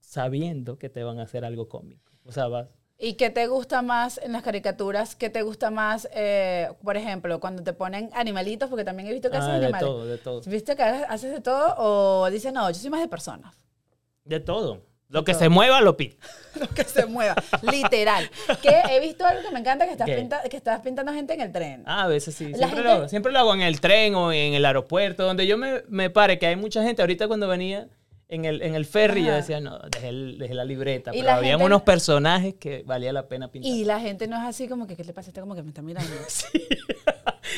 [SPEAKER 2] sabiendo que te van a hacer algo cómico, o sea, vas...
[SPEAKER 1] ¿Y qué te gusta más en las caricaturas? ¿Qué te gusta más, eh, por ejemplo, cuando te ponen animalitos? Porque también he visto que hacen
[SPEAKER 2] Ah, de
[SPEAKER 1] animales.
[SPEAKER 2] todo, de todo.
[SPEAKER 1] ¿Viste que haces de todo o dices, no, yo soy más de personas?
[SPEAKER 2] De todo. Lo que se mueva lo pide.
[SPEAKER 1] Lo que se mueva, literal. Que he visto algo que me encanta, que estás,
[SPEAKER 2] ¿Qué?
[SPEAKER 1] pinta- que estás pintando gente en el tren.
[SPEAKER 2] Ah, a veces sí.
[SPEAKER 1] La
[SPEAKER 2] Siempre,
[SPEAKER 1] gente-
[SPEAKER 2] lo, hago. siempre lo hago en el tren o en el aeropuerto, donde yo me, me pare, que hay mucha gente. Ahorita cuando venía en el, en el ferry, yo
[SPEAKER 1] Ajá.
[SPEAKER 2] decía, no, dejé, el- dejé la libreta.
[SPEAKER 1] Y
[SPEAKER 2] Pero
[SPEAKER 1] la
[SPEAKER 2] había
[SPEAKER 1] gente-
[SPEAKER 2] unos personajes que valía la pena pintar.
[SPEAKER 1] y la gente no es así como que, ¿qué le pasa a este? Como que me está mirando.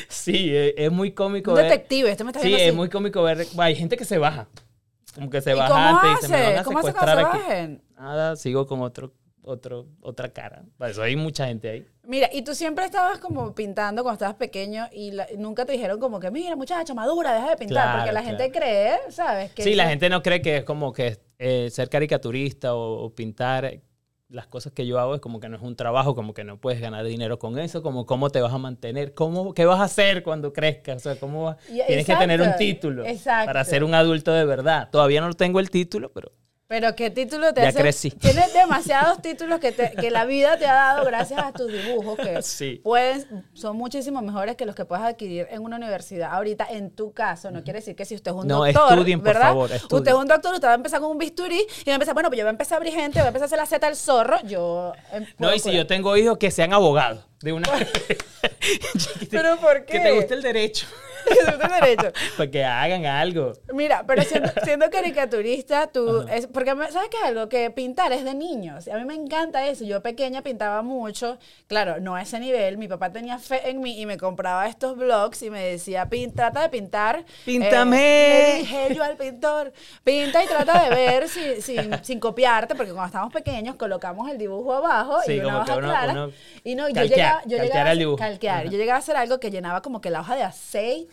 [SPEAKER 2] Sí, es, es muy cómico.
[SPEAKER 1] Un
[SPEAKER 2] ver-
[SPEAKER 1] detective, este me está
[SPEAKER 2] Sí,
[SPEAKER 1] viendo
[SPEAKER 2] es
[SPEAKER 1] así.
[SPEAKER 2] muy cómico ver. Hay gente que se baja. Como que se
[SPEAKER 1] ¿Y
[SPEAKER 2] baja
[SPEAKER 1] cómo
[SPEAKER 2] antes y se me
[SPEAKER 1] hace?
[SPEAKER 2] van a
[SPEAKER 1] ¿Cómo hace cuando
[SPEAKER 2] secuestrar
[SPEAKER 1] se
[SPEAKER 2] aquí.
[SPEAKER 1] bajen?
[SPEAKER 2] Nada, sigo con otro, otro, otra cara. Para eso hay mucha gente ahí.
[SPEAKER 1] Mira, y tú siempre estabas como pintando cuando estabas pequeño y la- nunca te dijeron como que, mira, muchacha, madura, deja de pintar,
[SPEAKER 2] Claro,
[SPEAKER 1] porque la
[SPEAKER 2] claro.
[SPEAKER 1] gente cree, ¿sabes? Que
[SPEAKER 2] Sí, la
[SPEAKER 1] eso-
[SPEAKER 2] gente no cree que es como que eh, ser caricaturista o, o pintar las cosas que yo hago es como que no es un trabajo, como que no puedes ganar dinero con eso, como cómo te vas a mantener, cómo, qué vas a hacer cuando crezcas, o sea, cómo vas-
[SPEAKER 1] Y- e-,
[SPEAKER 2] tienes que tener un
[SPEAKER 1] exacto,
[SPEAKER 2] título
[SPEAKER 1] exacto.
[SPEAKER 2] para ser un adulto de verdad. Todavía no tengo el título, pero
[SPEAKER 1] Pero qué título te
[SPEAKER 2] Ya
[SPEAKER 1] hace-
[SPEAKER 2] crecí.
[SPEAKER 1] Tienes demasiados títulos que, te- que la vida te ha dado gracias a tus dibujos que
[SPEAKER 2] Sí.
[SPEAKER 1] puedes, son muchísimo mejores que los que puedes adquirir en una universidad. Ahorita, en tu caso, no quiere decir que si usted es un
[SPEAKER 2] No,
[SPEAKER 1] doctor,
[SPEAKER 2] estudien, por
[SPEAKER 1] ¿verdad?
[SPEAKER 2] favor, estudien.
[SPEAKER 1] Usted es un doctor, usted va a empezar con un bisturí y va a empezar, bueno, pues yo voy a empezar a abrir gente, voy a empezar a hacer la Z al zorro, yo... eh,
[SPEAKER 2] No,
[SPEAKER 1] puedo
[SPEAKER 2] y si
[SPEAKER 1] curar.
[SPEAKER 2] yo tengo hijos que sean abogados. De una
[SPEAKER 1] ¿Pero por qué?
[SPEAKER 2] Que te guste el derecho.
[SPEAKER 1] Que te guste el derecho.
[SPEAKER 2] Para que hagan algo.
[SPEAKER 1] Mira, pero siendo, siendo caricaturista, tú, es, porque me- sabes que algo que pintar es de niños. y A mí me encanta eso. Yo pequeña pintaba mucho, claro, no a ese nivel. Mi papá tenía fe en mí y me compraba estos blogs y me decía, "Pin- trata de pintar.
[SPEAKER 2] Píntame.
[SPEAKER 1] Eh, le dije yo al pintor, pinta y trata de ver si- sin, sin copiarte, porque cuando estábamos pequeños colocamos el dibujo abajo
[SPEAKER 2] Sí,
[SPEAKER 1] y una
[SPEAKER 2] como que
[SPEAKER 1] hoja
[SPEAKER 2] uno-
[SPEAKER 1] clara.
[SPEAKER 2] uno
[SPEAKER 1] y no, yo
[SPEAKER 2] calquear,
[SPEAKER 1] llegaba, yo
[SPEAKER 2] calquear
[SPEAKER 1] llegaba a
[SPEAKER 2] el dibujo.
[SPEAKER 1] calquear.
[SPEAKER 2] Ajá.
[SPEAKER 1] Yo llegaba a hacer algo que llenaba como que la hoja de aceite.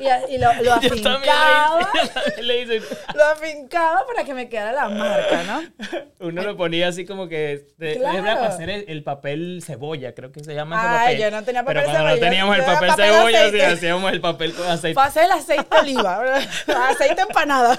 [SPEAKER 1] Y, a- y lo, lo
[SPEAKER 2] Yo
[SPEAKER 1] afincaba.
[SPEAKER 2] también le hice- yo también le hice.
[SPEAKER 1] Lo afincaba para que me quedara la marca, ¿no?
[SPEAKER 2] Uno lo ponía así como que de,
[SPEAKER 1] Claro.
[SPEAKER 2] era para hacer el, el papel cebolla, creo que se llama ese
[SPEAKER 1] Ay,
[SPEAKER 2] papel.
[SPEAKER 1] yo no tenía papel
[SPEAKER 2] Pero cuando
[SPEAKER 1] cebolla,
[SPEAKER 2] no teníamos el
[SPEAKER 1] yo era
[SPEAKER 2] papel,
[SPEAKER 1] papel
[SPEAKER 2] cebolla,
[SPEAKER 1] aceite.
[SPEAKER 2] sí, hacíamos el papel con aceite.
[SPEAKER 1] Pasé el aceite de oliva, ¿verdad? aceite empanada,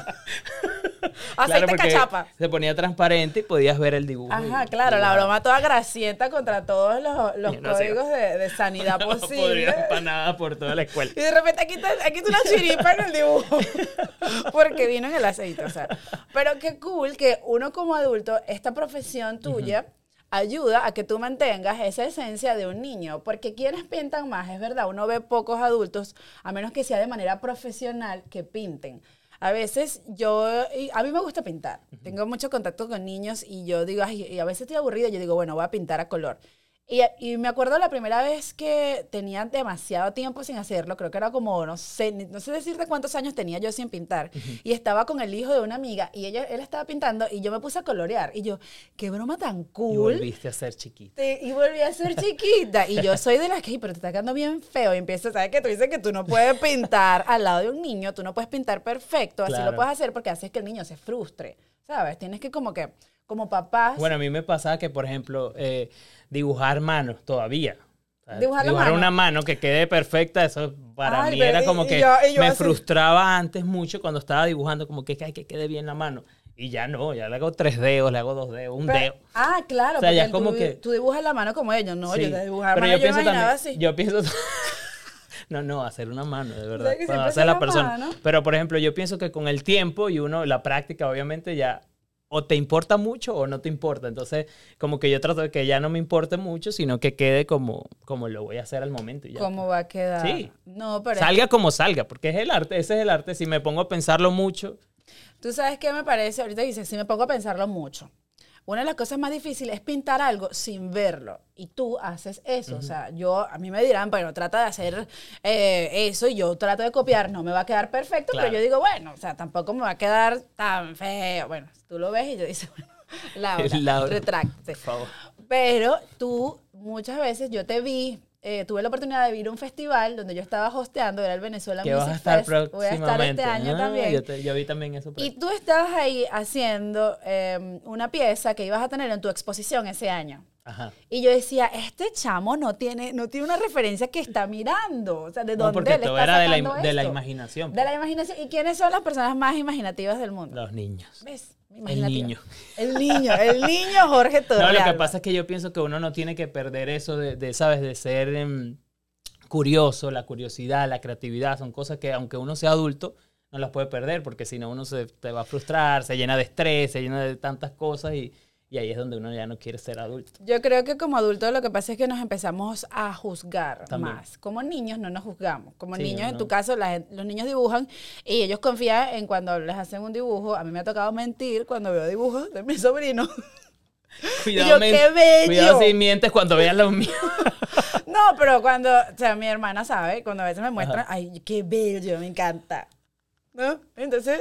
[SPEAKER 1] aceite
[SPEAKER 2] Claro, porque
[SPEAKER 1] cachapa.
[SPEAKER 2] Se ponía transparente y podías ver el dibujo.
[SPEAKER 1] Ajá,
[SPEAKER 2] y-
[SPEAKER 1] claro,
[SPEAKER 2] y
[SPEAKER 1] la
[SPEAKER 2] wow.
[SPEAKER 1] broma toda grasienta contra todos los, los
[SPEAKER 2] Yo no sé.
[SPEAKER 1] códigos de, de sanidad
[SPEAKER 2] Podría
[SPEAKER 1] posible.
[SPEAKER 2] empanada por toda la escuela.
[SPEAKER 1] Y de repente aquí está, aquí está una chiripa en el dibujo. Porque vino en el aceite, o sea. Pero qué cool que uno como adulto, esta profesión tuya ayuda a que tú mantengas esa esencia de un niño. Porque quienes pintan más, es verdad, uno ve pocos adultos, a menos que sea de manera profesional, que pinten. A veces yo, y a mí me gusta pintar, tengo mucho contacto con niños y yo digo, "Ay", y a veces estoy aburrida, yo digo, bueno, voy a pintar a color. Y, y me acuerdo la primera vez que tenía demasiado tiempo sin hacerlo, creo que era como, no sé, ni- no sé decirte cuántos años tenía yo sin pintar. Y estaba con el hijo de una amiga y ella, él estaba pintando y yo me puse a colorear. Y yo, qué broma tan
[SPEAKER 2] Y
[SPEAKER 1] cool.
[SPEAKER 2] volviste a ser chiquita.
[SPEAKER 1] Te- y volví a ser chiquita. Y yo soy de las que, "Ay, pero te está quedando bien feo. Y empiezo, ¿sabes que Tú dices que tú no puedes pintar al lado de un niño, tú no puedes pintar perfecto, así lo
[SPEAKER 2] Claro.
[SPEAKER 1] puedes hacer porque haces que el niño se frustre, ¿sabes? Tienes que como que, como papás,
[SPEAKER 2] Bueno, a mí me pasaba que, por ejemplo, eh, dibujar manos todavía. O sea,
[SPEAKER 1] Dibujar la mano.
[SPEAKER 2] una mano que quede perfecta, eso para
[SPEAKER 1] Ay,
[SPEAKER 2] mí
[SPEAKER 1] pero
[SPEAKER 2] era
[SPEAKER 1] y-
[SPEAKER 2] como
[SPEAKER 1] y
[SPEAKER 2] que
[SPEAKER 1] yo- y yo
[SPEAKER 2] me
[SPEAKER 1] así.
[SPEAKER 2] frustraba antes mucho cuando estaba dibujando, como que hay que quede bien la mano. Y ya no, ya le hago tres dedos, le hago dos dedos, un
[SPEAKER 1] Pero-
[SPEAKER 2] dedo.
[SPEAKER 1] Ah, claro,
[SPEAKER 2] O sea, ya
[SPEAKER 1] porque
[SPEAKER 2] es como
[SPEAKER 1] tú,
[SPEAKER 2] que-
[SPEAKER 1] tú dibujas la mano como ellos. No,
[SPEAKER 2] Sí.
[SPEAKER 1] yo de dibujar
[SPEAKER 2] Pero
[SPEAKER 1] mano yo,
[SPEAKER 2] yo pienso
[SPEAKER 1] imaginaba
[SPEAKER 2] también,
[SPEAKER 1] así.
[SPEAKER 2] yo pienso no, no, hacer una mano, de verdad,
[SPEAKER 1] que siempre
[SPEAKER 2] para hacer
[SPEAKER 1] hacer
[SPEAKER 2] la
[SPEAKER 1] la
[SPEAKER 2] persona.
[SPEAKER 1] mano.
[SPEAKER 2] Pero, por ejemplo, yo pienso que con el tiempo y uno, la práctica, obviamente, ya o te importa mucho o no te importa. Entonces, como que yo trato de que ya no me importe mucho, sino que quede como, como lo voy a hacer al momento. y ya.
[SPEAKER 1] ¿Cómo va a quedar?
[SPEAKER 2] Sí.
[SPEAKER 1] No, pero es
[SPEAKER 2] Salga como salga, porque es el arte, ese es el arte. Si me pongo a pensarlo mucho,
[SPEAKER 1] Tú sabes qué me parece, ahorita dices, si me pongo a pensarlo mucho. Una de las cosas más difíciles es pintar algo sin verlo. Y tú haces eso. O sea, yo, a mí me dirán, bueno, trata de hacer eh, eso y yo trato de copiar. No me va a quedar perfecto,
[SPEAKER 2] Claro.
[SPEAKER 1] pero yo digo, bueno, o sea, tampoco me va a quedar tan feo. Bueno, tú lo ves y yo dices, bueno, Laura,
[SPEAKER 2] Laura.
[SPEAKER 1] retráctate.
[SPEAKER 2] por favor.
[SPEAKER 1] Pero tú, muchas veces yo te vi, eh, tuve la oportunidad de ir a un festival donde yo estaba hosteando, era el Venezuela
[SPEAKER 2] Que
[SPEAKER 1] Music
[SPEAKER 2] vas a estar
[SPEAKER 1] Fest.
[SPEAKER 2] próximamente.
[SPEAKER 1] Voy a estar este año
[SPEAKER 2] Ah,
[SPEAKER 1] también.
[SPEAKER 2] Yo, te- yo vi también eso. por
[SPEAKER 1] Y tú estabas ahí haciendo eh, una pieza que ibas a tener en tu exposición ese año.
[SPEAKER 2] Ajá.
[SPEAKER 1] Y yo decía, este chamo no tiene, no tiene una referencia que está mirando. O sea, ¿de
[SPEAKER 2] No,
[SPEAKER 1] dónde
[SPEAKER 2] porque
[SPEAKER 1] le
[SPEAKER 2] todo
[SPEAKER 1] está
[SPEAKER 2] era de la,
[SPEAKER 1] sacando
[SPEAKER 2] im- de la
[SPEAKER 1] esto?
[SPEAKER 2] imaginación.
[SPEAKER 1] De la imaginación. ¿Y quiénes son las personas más imaginativas del mundo?
[SPEAKER 2] Los niños.
[SPEAKER 1] ¿Ves?
[SPEAKER 2] El niño.
[SPEAKER 1] El niño, el niño Jorge
[SPEAKER 2] No,
[SPEAKER 1] Torrealba.
[SPEAKER 2] lo que pasa es que yo pienso que uno no tiene que perder eso de, de, ¿sabes? De ser em, curioso, la curiosidad, la creatividad, son cosas que aunque uno sea adulto, no las puede perder, porque si no uno se te va a frustrar, se llena de estrés, se llena de tantas cosas y, y ahí es donde uno ya no quiere ser adulto.
[SPEAKER 1] Yo creo que como adultos lo que pasa es que nos empezamos a juzgar
[SPEAKER 2] También.
[SPEAKER 1] más. Como niños no nos juzgamos. Como
[SPEAKER 2] Sí,
[SPEAKER 1] niños, en
[SPEAKER 2] no.
[SPEAKER 1] tu caso, la gen- los niños dibujan y ellos confían en cuando les hacen un dibujo. A mí me ha tocado mentir cuando veo dibujos de mis sobrinos.
[SPEAKER 2] Cuidado,
[SPEAKER 1] yo,
[SPEAKER 2] men-
[SPEAKER 1] qué bello.
[SPEAKER 2] cuidado si mientes cuando veas los míos.
[SPEAKER 1] No, pero cuando, o sea, mi hermana sabe, cuando a veces me muestran, ay, qué bello, me encanta. ¿No? Entonces,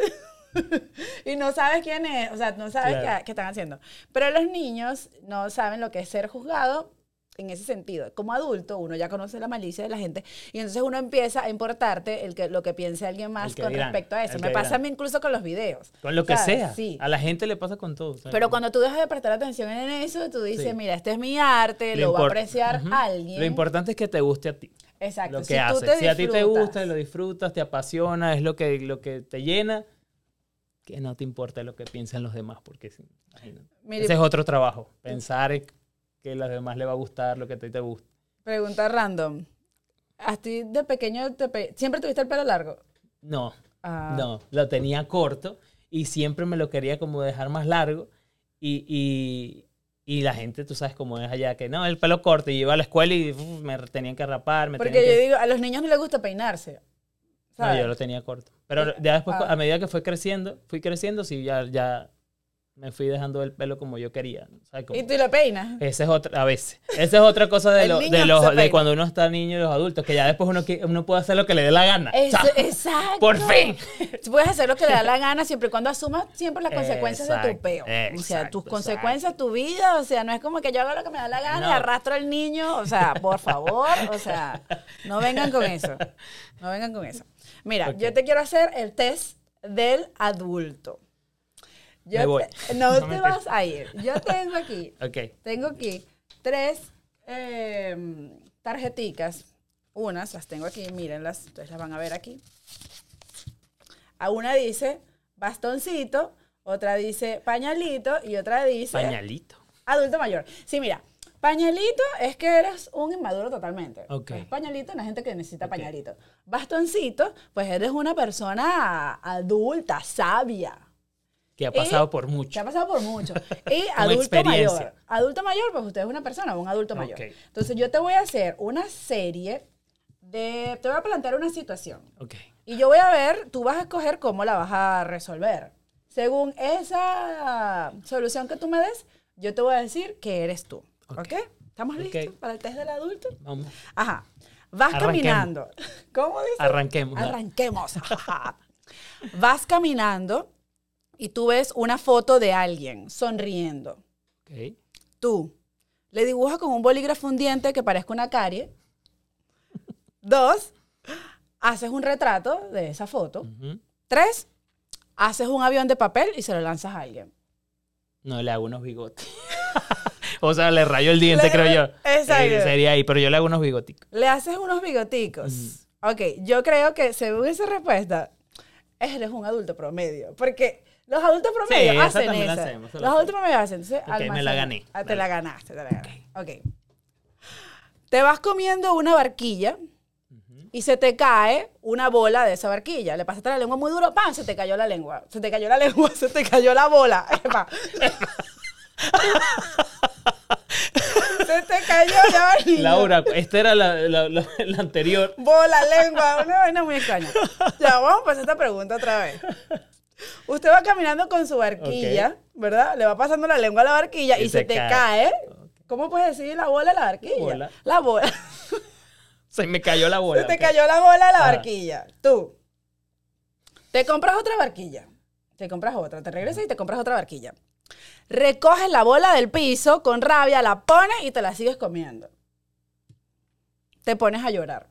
[SPEAKER 1] y no sabes quién es, o sea, no sabes
[SPEAKER 2] Claro.
[SPEAKER 1] qué, qué están haciendo. Pero los niños no saben lo que es ser juzgado en ese sentido. Como adulto, uno ya conoce la malicia de la gente y entonces uno empieza a importarte el que, lo que piense alguien más
[SPEAKER 2] El que
[SPEAKER 1] con
[SPEAKER 2] dirán,
[SPEAKER 1] respecto a eso.
[SPEAKER 2] el
[SPEAKER 1] Me
[SPEAKER 2] que
[SPEAKER 1] pasa a
[SPEAKER 2] dirán.
[SPEAKER 1] mí incluso con los videos.
[SPEAKER 2] Con lo que
[SPEAKER 1] ¿sabes?
[SPEAKER 2] sea.
[SPEAKER 1] Sí.
[SPEAKER 2] A la gente le pasa con todo. ¿sabes?
[SPEAKER 1] Pero cuando tú dejas de prestar atención en eso, tú dices,
[SPEAKER 2] Sí.
[SPEAKER 1] mira, este es mi arte, lo, va a
[SPEAKER 2] import-
[SPEAKER 1] apreciar
[SPEAKER 2] Ujú.
[SPEAKER 1] alguien.
[SPEAKER 2] Lo importante es que te guste a ti.
[SPEAKER 1] Exacto.
[SPEAKER 2] Lo que
[SPEAKER 1] tú
[SPEAKER 2] haces.
[SPEAKER 1] te
[SPEAKER 2] si a ti te
[SPEAKER 1] disfrutas.
[SPEAKER 2] gusta, lo disfrutas, te apasiona, es lo que, lo que te llena, que no te importa lo que piensan los demás, porque sí, imagínate.
[SPEAKER 1] Mire,
[SPEAKER 2] ese es otro trabajo. Pensar en que a los demás le va a gustar lo que a ti te gusta.
[SPEAKER 1] pregunta random. ¿A ti de pequeño te pe- siempre tuviste el pelo largo?
[SPEAKER 2] No,
[SPEAKER 1] Ah,
[SPEAKER 2] no, lo tenía corto y siempre me lo quería como dejar más largo y, y- y la gente, tú sabes cómo es allá, que no, el pelo corto y iba a la escuela y uf, me tenían que rapar, me
[SPEAKER 1] Porque
[SPEAKER 2] tenían que...
[SPEAKER 1] yo digo, a los niños no les gusta peinarse.
[SPEAKER 2] No,
[SPEAKER 1] ¿sabes?
[SPEAKER 2] yo lo tenía corto. Pero ya después,
[SPEAKER 1] Ah.
[SPEAKER 2] a medida que fue creciendo, fui creciendo, sí, ya, ya me fui dejando el pelo como yo quería. ¿no? ¿Sabes? Como-
[SPEAKER 1] Y tú lo peinas.
[SPEAKER 2] Esa es otra, a veces. Esa es otra cosa de,
[SPEAKER 1] El
[SPEAKER 2] lo-
[SPEAKER 1] niño
[SPEAKER 2] de,
[SPEAKER 1] se
[SPEAKER 2] los, de
[SPEAKER 1] peina.
[SPEAKER 2] cuando uno está niño y los adultos, que ya después uno, qui- uno puede hacer lo que le dé la gana. O
[SPEAKER 1] Eso-
[SPEAKER 2] sea,
[SPEAKER 1] exacto.
[SPEAKER 2] ¡Por fin!
[SPEAKER 1] Tú puedes hacer lo que le da la gana siempre y cuando asumas siempre las consecuencias de tu
[SPEAKER 2] Exacto,
[SPEAKER 1] peo. o sea,
[SPEAKER 2] exacto,
[SPEAKER 1] tus
[SPEAKER 2] exacto.
[SPEAKER 1] consecuencias, tu vida. O sea, no es como que yo hago lo que me da la gana y
[SPEAKER 2] No.
[SPEAKER 1] arrastro al niño. O sea, por favor. O sea, no vengan con eso. No vengan con eso. Mira,
[SPEAKER 2] Ok.
[SPEAKER 1] yo te quiero hacer el test del adulto. Yo
[SPEAKER 2] Me voy.
[SPEAKER 1] te- no, te
[SPEAKER 2] No, mentira.
[SPEAKER 1] vas a ir. Yo tengo aquí,
[SPEAKER 2] Ok.
[SPEAKER 1] tengo aquí tres em, tarjeticas. Unas las tengo aquí, mírenlas, ustedes las van a ver aquí. A una dice bastoncito, otra dice pañalito y otra dice
[SPEAKER 2] Pañalito.
[SPEAKER 1] adulto mayor. Sí, mira, pañalito es que eres un inmaduro totalmente.
[SPEAKER 2] Ok.
[SPEAKER 1] Es pañalito una gente que necesita
[SPEAKER 2] Ok.
[SPEAKER 1] pañalito. Bastoncito, pues eres una persona adulta, sabia.
[SPEAKER 2] Que ha
[SPEAKER 1] Y-
[SPEAKER 2] pasado por
[SPEAKER 1] Que ha
[SPEAKER 2] mucho.
[SPEAKER 1] pasado por mucho. Y adulto
[SPEAKER 2] experiencia.
[SPEAKER 1] mayor. Adulto mayor, pues usted es una persona, un adulto mayor.
[SPEAKER 2] Ok.
[SPEAKER 1] Entonces yo te voy a hacer una serie de... Te voy a plantear una situación.
[SPEAKER 2] Ok.
[SPEAKER 1] Y yo voy a ver, tú vas a escoger cómo la vas a resolver. Según esa solución que tú me des, yo te voy a decir que eres tú. ¿Ok?
[SPEAKER 2] Ok.
[SPEAKER 1] ¿Estamos
[SPEAKER 2] Ok.
[SPEAKER 1] listos para el test del adulto?
[SPEAKER 2] Vamos.
[SPEAKER 1] Ajá. Vas
[SPEAKER 2] Arranquemos.
[SPEAKER 1] caminando. ¿Cómo dices?
[SPEAKER 2] Arranquemos. ¿no?
[SPEAKER 1] Arranquemos. Vas caminando y tú ves una foto de alguien sonriendo.
[SPEAKER 2] Ok.
[SPEAKER 1] Tú le dibujas con un bolígrafo un diente que parezca una carie. Dos, haces un retrato de esa foto.
[SPEAKER 2] Ujú.
[SPEAKER 1] Tres, haces un avión de papel y se lo lanzas a alguien.
[SPEAKER 2] No, le hago unos bigotes. o sea, le rayo el diente,
[SPEAKER 1] Le-
[SPEAKER 2] creo yo.
[SPEAKER 1] Exacto.
[SPEAKER 2] Eh, sería ahí, pero yo le hago unos bigoticos.
[SPEAKER 1] Le haces unos bigoticos. Ok, yo creo que según esa respuesta, eres un adulto promedio. Porque los adultos promedio
[SPEAKER 2] esa
[SPEAKER 1] hacen
[SPEAKER 2] también la
[SPEAKER 1] eso.
[SPEAKER 2] hacemos, esa
[SPEAKER 1] Los
[SPEAKER 2] la
[SPEAKER 1] adultos promedio hacen. Entonces,
[SPEAKER 2] me la
[SPEAKER 1] almacena.
[SPEAKER 2] gané.
[SPEAKER 1] Ah, te
[SPEAKER 2] Vale.
[SPEAKER 1] la ganaste, te la ganaste. ok. Te vas comiendo una barquilla y se te cae una bola de esa barquilla. Le pasaste la lengua muy duro, ¡pam! Se te cayó la lengua. Se te cayó la lengua, se te cayó la bola. Epa. se te cayó la barquilla.
[SPEAKER 2] Laura, esta era la, la- la- la anterior.
[SPEAKER 1] Bola, lengua, una vaina muy extraña. Ya, vamos a pasar esta pregunta otra vez. Usted va caminando con su barquilla, ¿verdad? Le va pasando la lengua a la barquilla y, se, te cae. ¿Cómo puedes decir la bola a la barquilla?
[SPEAKER 2] Bola.
[SPEAKER 1] La Ah. bola.
[SPEAKER 2] Se me cayó la bola. pues.
[SPEAKER 1] Se te
[SPEAKER 2] ok.
[SPEAKER 1] cayó la bola a la
[SPEAKER 2] Ajá.
[SPEAKER 1] barquilla. Tú. Te compras otra barquilla. Te compras otra. Te regresas y te compras otra barquilla. Recoges la bola del piso con rabia, la pones y te la sigues comiendo. Te pones a llorar.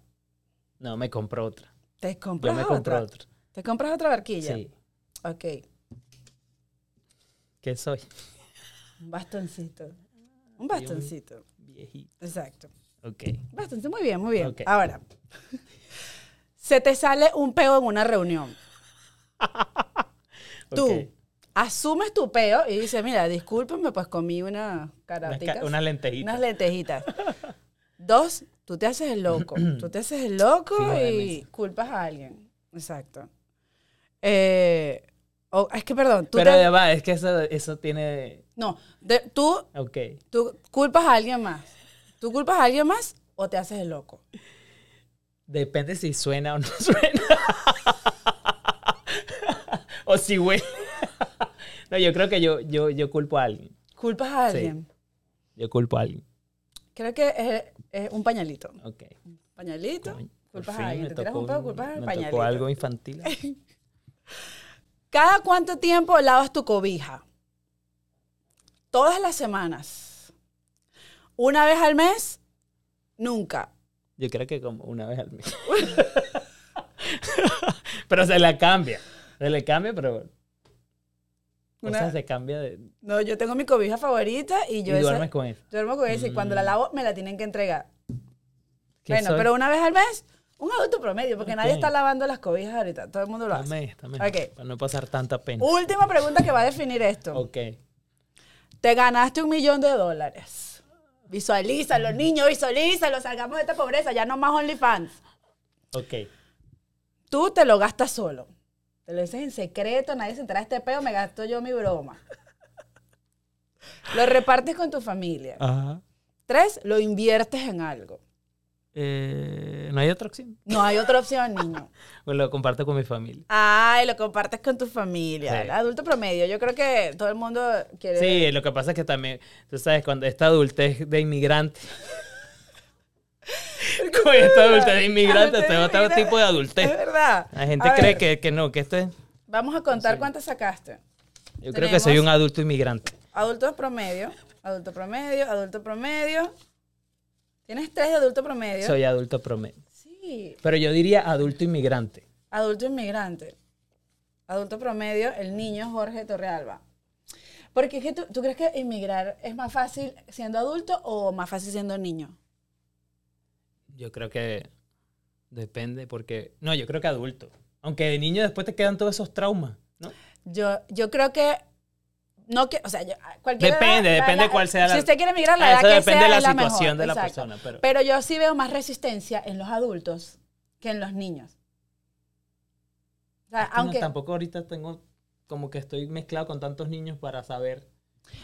[SPEAKER 2] No, me compró otra.
[SPEAKER 1] Te
[SPEAKER 2] Yo
[SPEAKER 1] compras
[SPEAKER 2] me
[SPEAKER 1] Ah, otra.
[SPEAKER 2] compré otra.
[SPEAKER 1] Te compras otra barquilla.
[SPEAKER 2] Sí.
[SPEAKER 1] Ok.
[SPEAKER 2] ¿Qué soy?
[SPEAKER 1] Un bastoncito. Un bastoncito.
[SPEAKER 2] Viejito.
[SPEAKER 1] Exacto.
[SPEAKER 2] Ok.
[SPEAKER 1] Bastoncito. Muy bien, muy bien.
[SPEAKER 2] Ok.
[SPEAKER 1] Ahora. Se te sale un peo en una reunión. Tú
[SPEAKER 2] Ok.
[SPEAKER 1] asumes tu peo y dices, mira, discúlpame, pues comí una
[SPEAKER 2] Unas,
[SPEAKER 1] caraticas.
[SPEAKER 2] ca- unas lentejitas.
[SPEAKER 1] unas lentejitas. Dos, tú te haces el loco. tú te haces el loco
[SPEAKER 2] Fijo de
[SPEAKER 1] y culpas a alguien. Exacto. Eh, o- es que, perdón, tú
[SPEAKER 2] Pero
[SPEAKER 1] te-
[SPEAKER 2] ya va, es que eso, eso tiene...
[SPEAKER 1] No, de- tú
[SPEAKER 2] Ok.
[SPEAKER 1] Tú culpas a alguien más. Tú culpas a alguien más o te haces el loco.
[SPEAKER 2] Depende si suena o no suena. o si huele. no, yo creo que yo, yo, yo culpo a alguien.
[SPEAKER 1] ¿Culpas a
[SPEAKER 2] Sí.
[SPEAKER 1] alguien?
[SPEAKER 2] Yo culpo a alguien.
[SPEAKER 1] Creo que es, es un pañalito.
[SPEAKER 2] Ok.
[SPEAKER 1] Pañalito,
[SPEAKER 2] Coño, por
[SPEAKER 1] culpas
[SPEAKER 2] fin
[SPEAKER 1] a alguien.
[SPEAKER 2] me
[SPEAKER 1] Te tiras
[SPEAKER 2] tocó
[SPEAKER 1] un pedo,
[SPEAKER 2] un-
[SPEAKER 1] culpas al
[SPEAKER 2] me
[SPEAKER 1] pañalito.
[SPEAKER 2] tocó algo infantil.
[SPEAKER 1] ¿Cada cuánto tiempo lavas tu cobija? Todas las semanas. ¿Una vez al mes? Nunca.
[SPEAKER 2] Yo creo que como una vez al mes. pero se la cambia. Se le cambia, pero. O
[SPEAKER 1] Una-
[SPEAKER 2] sea, se cambia de.
[SPEAKER 1] No, yo tengo mi cobija favorita y yo
[SPEAKER 2] y
[SPEAKER 1] esa-
[SPEAKER 2] duermes con eso.
[SPEAKER 1] duermo con esa y cuando la lavo me la tienen que entregar.
[SPEAKER 2] ¿Qué
[SPEAKER 1] Bueno,
[SPEAKER 2] soy?
[SPEAKER 1] pero una vez al mes, un adulto promedio, porque nadie
[SPEAKER 2] Ok.
[SPEAKER 1] está lavando las cobijas ahorita, todo el mundo lo hace.
[SPEAKER 2] Dame, dame.
[SPEAKER 1] Ok.
[SPEAKER 2] Para no pasar tanta pena.
[SPEAKER 1] Última pregunta que va a definir esto.
[SPEAKER 2] Ok.
[SPEAKER 1] Te ganaste un millón de dólares. Visualízalo, niños, visualízalo, salgamos de esta pobreza, ya no más OnlyFans.
[SPEAKER 2] Ok.
[SPEAKER 1] Tú te lo gastas solo. Te lo dices en secreto, nadie se entera de este peo, me gasto yo mi broma. Lo repartes con tu familia.
[SPEAKER 2] Ajá.
[SPEAKER 1] Tres, lo inviertes en algo.
[SPEAKER 2] Eh, no hay otra opción.
[SPEAKER 1] No hay otra opción, niño.
[SPEAKER 2] Pues lo comparto con mi familia.
[SPEAKER 1] Ay, lo compartes con tu familia.
[SPEAKER 2] Sí.
[SPEAKER 1] El adulto promedio. Yo creo que todo el mundo quiere.
[SPEAKER 2] Sí, lo que pasa es que también, tú sabes, cuando esta adultez de inmigrante. con esta adultez de inmigrante,
[SPEAKER 1] Adultez
[SPEAKER 2] este
[SPEAKER 1] de
[SPEAKER 2] es otro
[SPEAKER 1] inmigrante.
[SPEAKER 2] tipo de
[SPEAKER 1] Es
[SPEAKER 2] adultez.
[SPEAKER 1] verdad.
[SPEAKER 2] La gente
[SPEAKER 1] A
[SPEAKER 2] cree
[SPEAKER 1] ver,
[SPEAKER 2] que, que no, que esto es.
[SPEAKER 1] Vamos a contar cuántas sacaste.
[SPEAKER 2] Yo creo que soy
[SPEAKER 1] Tenemos-
[SPEAKER 2] un adulto inmigrante.
[SPEAKER 1] Adultos promedio. Adulto promedio. Adulto promedio. Tienes tres de adulto promedio.
[SPEAKER 2] Soy adulto promedio.
[SPEAKER 1] Sí.
[SPEAKER 2] Pero yo diría adulto inmigrante.
[SPEAKER 1] Adulto inmigrante. Adulto promedio, el niño Jorge Torrealba. Porque es que tú, ¿tú crees que inmigrar es más fácil siendo adulto o más fácil siendo niño?
[SPEAKER 2] Yo creo que depende, porque. No, yo creo que adulto. Aunque de niño después te quedan todos esos traumas, ¿no?
[SPEAKER 1] Yo, yo creo que no que, o sea, yo- cualquier
[SPEAKER 2] Depende,
[SPEAKER 1] edad,
[SPEAKER 2] depende cuál sea la-
[SPEAKER 1] Si usted quiere emigrar, la
[SPEAKER 2] Ah,
[SPEAKER 1] edad
[SPEAKER 2] eso
[SPEAKER 1] que
[SPEAKER 2] depende
[SPEAKER 1] sea
[SPEAKER 2] de la
[SPEAKER 1] es la
[SPEAKER 2] situación
[SPEAKER 1] mejor,
[SPEAKER 2] de la
[SPEAKER 1] exacto.
[SPEAKER 2] persona, pero-
[SPEAKER 1] yo sí veo más resistencia en los adultos que en los niños. O sea,
[SPEAKER 2] No,
[SPEAKER 1] aunque
[SPEAKER 2] tampoco ahorita tengo como que estoy mezclado con tantos niños para saber.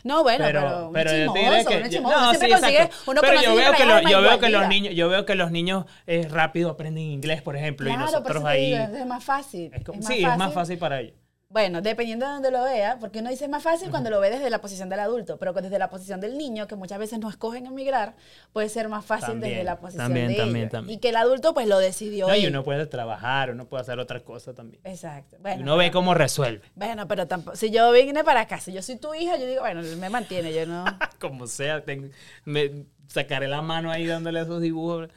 [SPEAKER 1] no, bueno, pero,
[SPEAKER 2] Pero,
[SPEAKER 1] uno
[SPEAKER 2] pero yo te diré
[SPEAKER 1] chismoso,
[SPEAKER 2] que
[SPEAKER 1] uno
[SPEAKER 2] yo-
[SPEAKER 1] chismoso,
[SPEAKER 2] no,
[SPEAKER 1] siempre
[SPEAKER 2] sí,
[SPEAKER 1] consigue-
[SPEAKER 2] exacto.
[SPEAKER 1] uno
[SPEAKER 2] Pero
[SPEAKER 1] conoce
[SPEAKER 2] yo veo
[SPEAKER 1] siempre
[SPEAKER 2] que
[SPEAKER 1] algo
[SPEAKER 2] lo-
[SPEAKER 1] más
[SPEAKER 2] yo veo que los
[SPEAKER 1] igualdad.
[SPEAKER 2] niños, yo veo que los niños eh, rápido aprenden inglés, por ejemplo, y
[SPEAKER 1] Claro, por
[SPEAKER 2] nosotros
[SPEAKER 1] eso te
[SPEAKER 2] ahí
[SPEAKER 1] digo, es más fácil.
[SPEAKER 2] es como-
[SPEAKER 1] es más
[SPEAKER 2] sí,
[SPEAKER 1] fácil.
[SPEAKER 2] es más fácil para ellos.
[SPEAKER 1] Bueno, dependiendo de donde lo vea, porque uno dice es más fácil cuando lo ve desde la posición del adulto, pero desde la posición del niño, que muchas veces no escogen emigrar, puede ser más fácil
[SPEAKER 2] También,
[SPEAKER 1] desde la posición
[SPEAKER 2] también,
[SPEAKER 1] de
[SPEAKER 2] también,
[SPEAKER 1] ellos.
[SPEAKER 2] también.
[SPEAKER 1] Y que el adulto pues lo decidió.
[SPEAKER 2] No, y
[SPEAKER 1] él.
[SPEAKER 2] uno puede trabajar, uno puede hacer otra cosa también.
[SPEAKER 1] Exacto.
[SPEAKER 2] Y
[SPEAKER 1] Bueno,
[SPEAKER 2] uno ve
[SPEAKER 1] pero-
[SPEAKER 2] cómo resuelve,
[SPEAKER 1] Bueno, pero tampoco, si yo vine para acá, si yo soy tu hija, yo digo, bueno, él me mantiene, yo no.
[SPEAKER 2] como sea, tengo- me sacaré la mano ahí dándole esos dibujos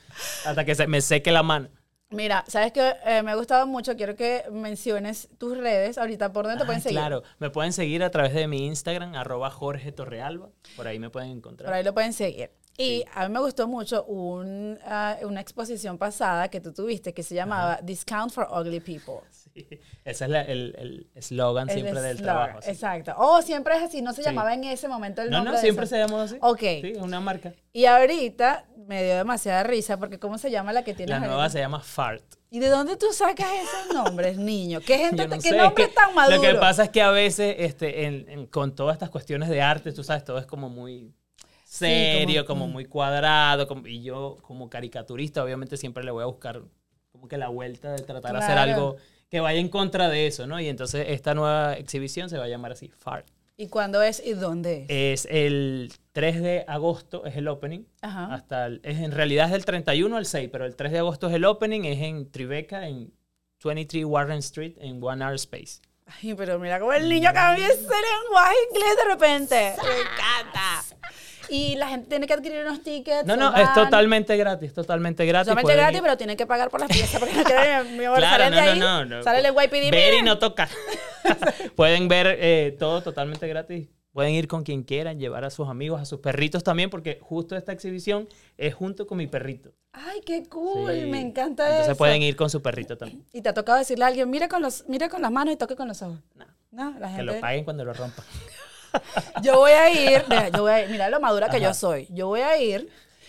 [SPEAKER 2] hasta que se me seque la mano.
[SPEAKER 1] Mira, sabes que me ha gustado mucho, quiero que menciones tus redes ahorita por dónde te pueden
[SPEAKER 2] Ah,
[SPEAKER 1] seguir.
[SPEAKER 2] Claro, me pueden seguir a través de mi Instagram, arroba Jorge Torrealba, por ahí me pueden encontrar.
[SPEAKER 1] Por ahí lo pueden seguir. Y a mí me gustó mucho un, ah, una exposición pasada que tú tuviste que se llamaba Discount for Ugly People.
[SPEAKER 2] Sí, ese es la- el el eslogan
[SPEAKER 1] El
[SPEAKER 2] siempre del
[SPEAKER 1] eslogan,
[SPEAKER 2] trabajo. sí.
[SPEAKER 1] Exacto. Oh, siempre es así. No se
[SPEAKER 2] Sí.
[SPEAKER 1] llamaba en ese momento el
[SPEAKER 2] No,
[SPEAKER 1] nombre.
[SPEAKER 2] no,
[SPEAKER 1] de
[SPEAKER 2] siempre
[SPEAKER 1] esa-
[SPEAKER 2] se llamó así.
[SPEAKER 1] Ok.
[SPEAKER 2] Sí, es una marca.
[SPEAKER 1] Y ahorita me dio demasiada risa porque ¿cómo se llama la que tiene
[SPEAKER 2] La nueva se llama Fart.
[SPEAKER 1] ¿Y de dónde tú sacas esos nombres, niño? ¿Qué gente,
[SPEAKER 2] Yo no
[SPEAKER 1] qué
[SPEAKER 2] sé, es
[SPEAKER 1] nombre
[SPEAKER 2] que
[SPEAKER 1] tan maduro?
[SPEAKER 2] Lo que pasa es que a veces, este, en- en- con todas estas cuestiones de arte, tú sabes, todo es como muy serio,
[SPEAKER 1] como- mm.
[SPEAKER 2] como, muy cuadrado. como- y yo, como caricaturista, obviamente siempre le voy a buscar como que la vuelta de tratar de hacer
[SPEAKER 1] Claro.
[SPEAKER 2] algo que vaya en contra de eso, ¿no? Y entonces esta nueva exhibición se va a llamar así, Fart.
[SPEAKER 1] ¿Y cuándo es y dónde es?
[SPEAKER 2] Es el 3 de agosto, es el opening.
[SPEAKER 1] Ajá.
[SPEAKER 2] Hasta el- es, en realidad es del 31 al 6, pero el 3 de agosto es el opening, es en Tribeca, en 23 Warren Street, en One Hour Space.
[SPEAKER 1] Ay, pero mira cómo el niño cambia ese lenguaje inglés de repente. Me encanta. Y la gente tiene que adquirir unos tickets.
[SPEAKER 2] No,
[SPEAKER 1] se
[SPEAKER 2] no,
[SPEAKER 1] van.
[SPEAKER 2] es totalmente gratis, totalmente gratis.
[SPEAKER 1] Solamente
[SPEAKER 2] pueden
[SPEAKER 1] gratis,
[SPEAKER 2] ir.
[SPEAKER 1] pero tienen que pagar por las piezas porque no quieren mi amor,
[SPEAKER 2] Claro,
[SPEAKER 1] salen
[SPEAKER 2] no,
[SPEAKER 1] de
[SPEAKER 2] no,
[SPEAKER 1] ahí.
[SPEAKER 2] no, no.
[SPEAKER 1] Sale el YPD.
[SPEAKER 2] Ver
[SPEAKER 1] mira.
[SPEAKER 2] y no tocar. pueden ver eh, todo totalmente gratis. Pueden ir con quien quieran, llevar a sus amigos, a sus perritos también, porque justo esta exhibición es junto con mi perrito.
[SPEAKER 1] Ay, qué cool,
[SPEAKER 2] Sí.
[SPEAKER 1] me encanta
[SPEAKER 2] Entonces
[SPEAKER 1] eso.
[SPEAKER 2] pueden ir con su perrito también.
[SPEAKER 1] Y te ha tocado decirle a alguien, mira con, los, mira con las manos y toque con los ojos.
[SPEAKER 2] No,
[SPEAKER 1] No, la
[SPEAKER 2] que lo
[SPEAKER 1] gente.
[SPEAKER 2] paguen cuando lo rompan.
[SPEAKER 1] Yo voy a ir, deja, yo voy a ir, mira lo madura que
[SPEAKER 2] Ajá.
[SPEAKER 1] yo soy. Yo voy a ir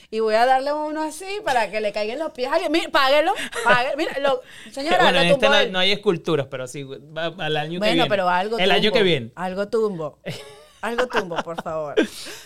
[SPEAKER 1] y voy a darle uno así para que le caigan los pies a alguien. Mira, páguelo, páguelo. Mira, lo, señora,
[SPEAKER 2] bueno,
[SPEAKER 1] lo
[SPEAKER 2] en este
[SPEAKER 1] tumbó
[SPEAKER 2] no,
[SPEAKER 1] él.
[SPEAKER 2] no hay esculturas, pero sí, va- al año que
[SPEAKER 1] Bueno,
[SPEAKER 2] viene.
[SPEAKER 1] pero algo
[SPEAKER 2] El año
[SPEAKER 1] tumbo,
[SPEAKER 2] que viene.
[SPEAKER 1] Algo tumbo. Algo tumbo, por favor.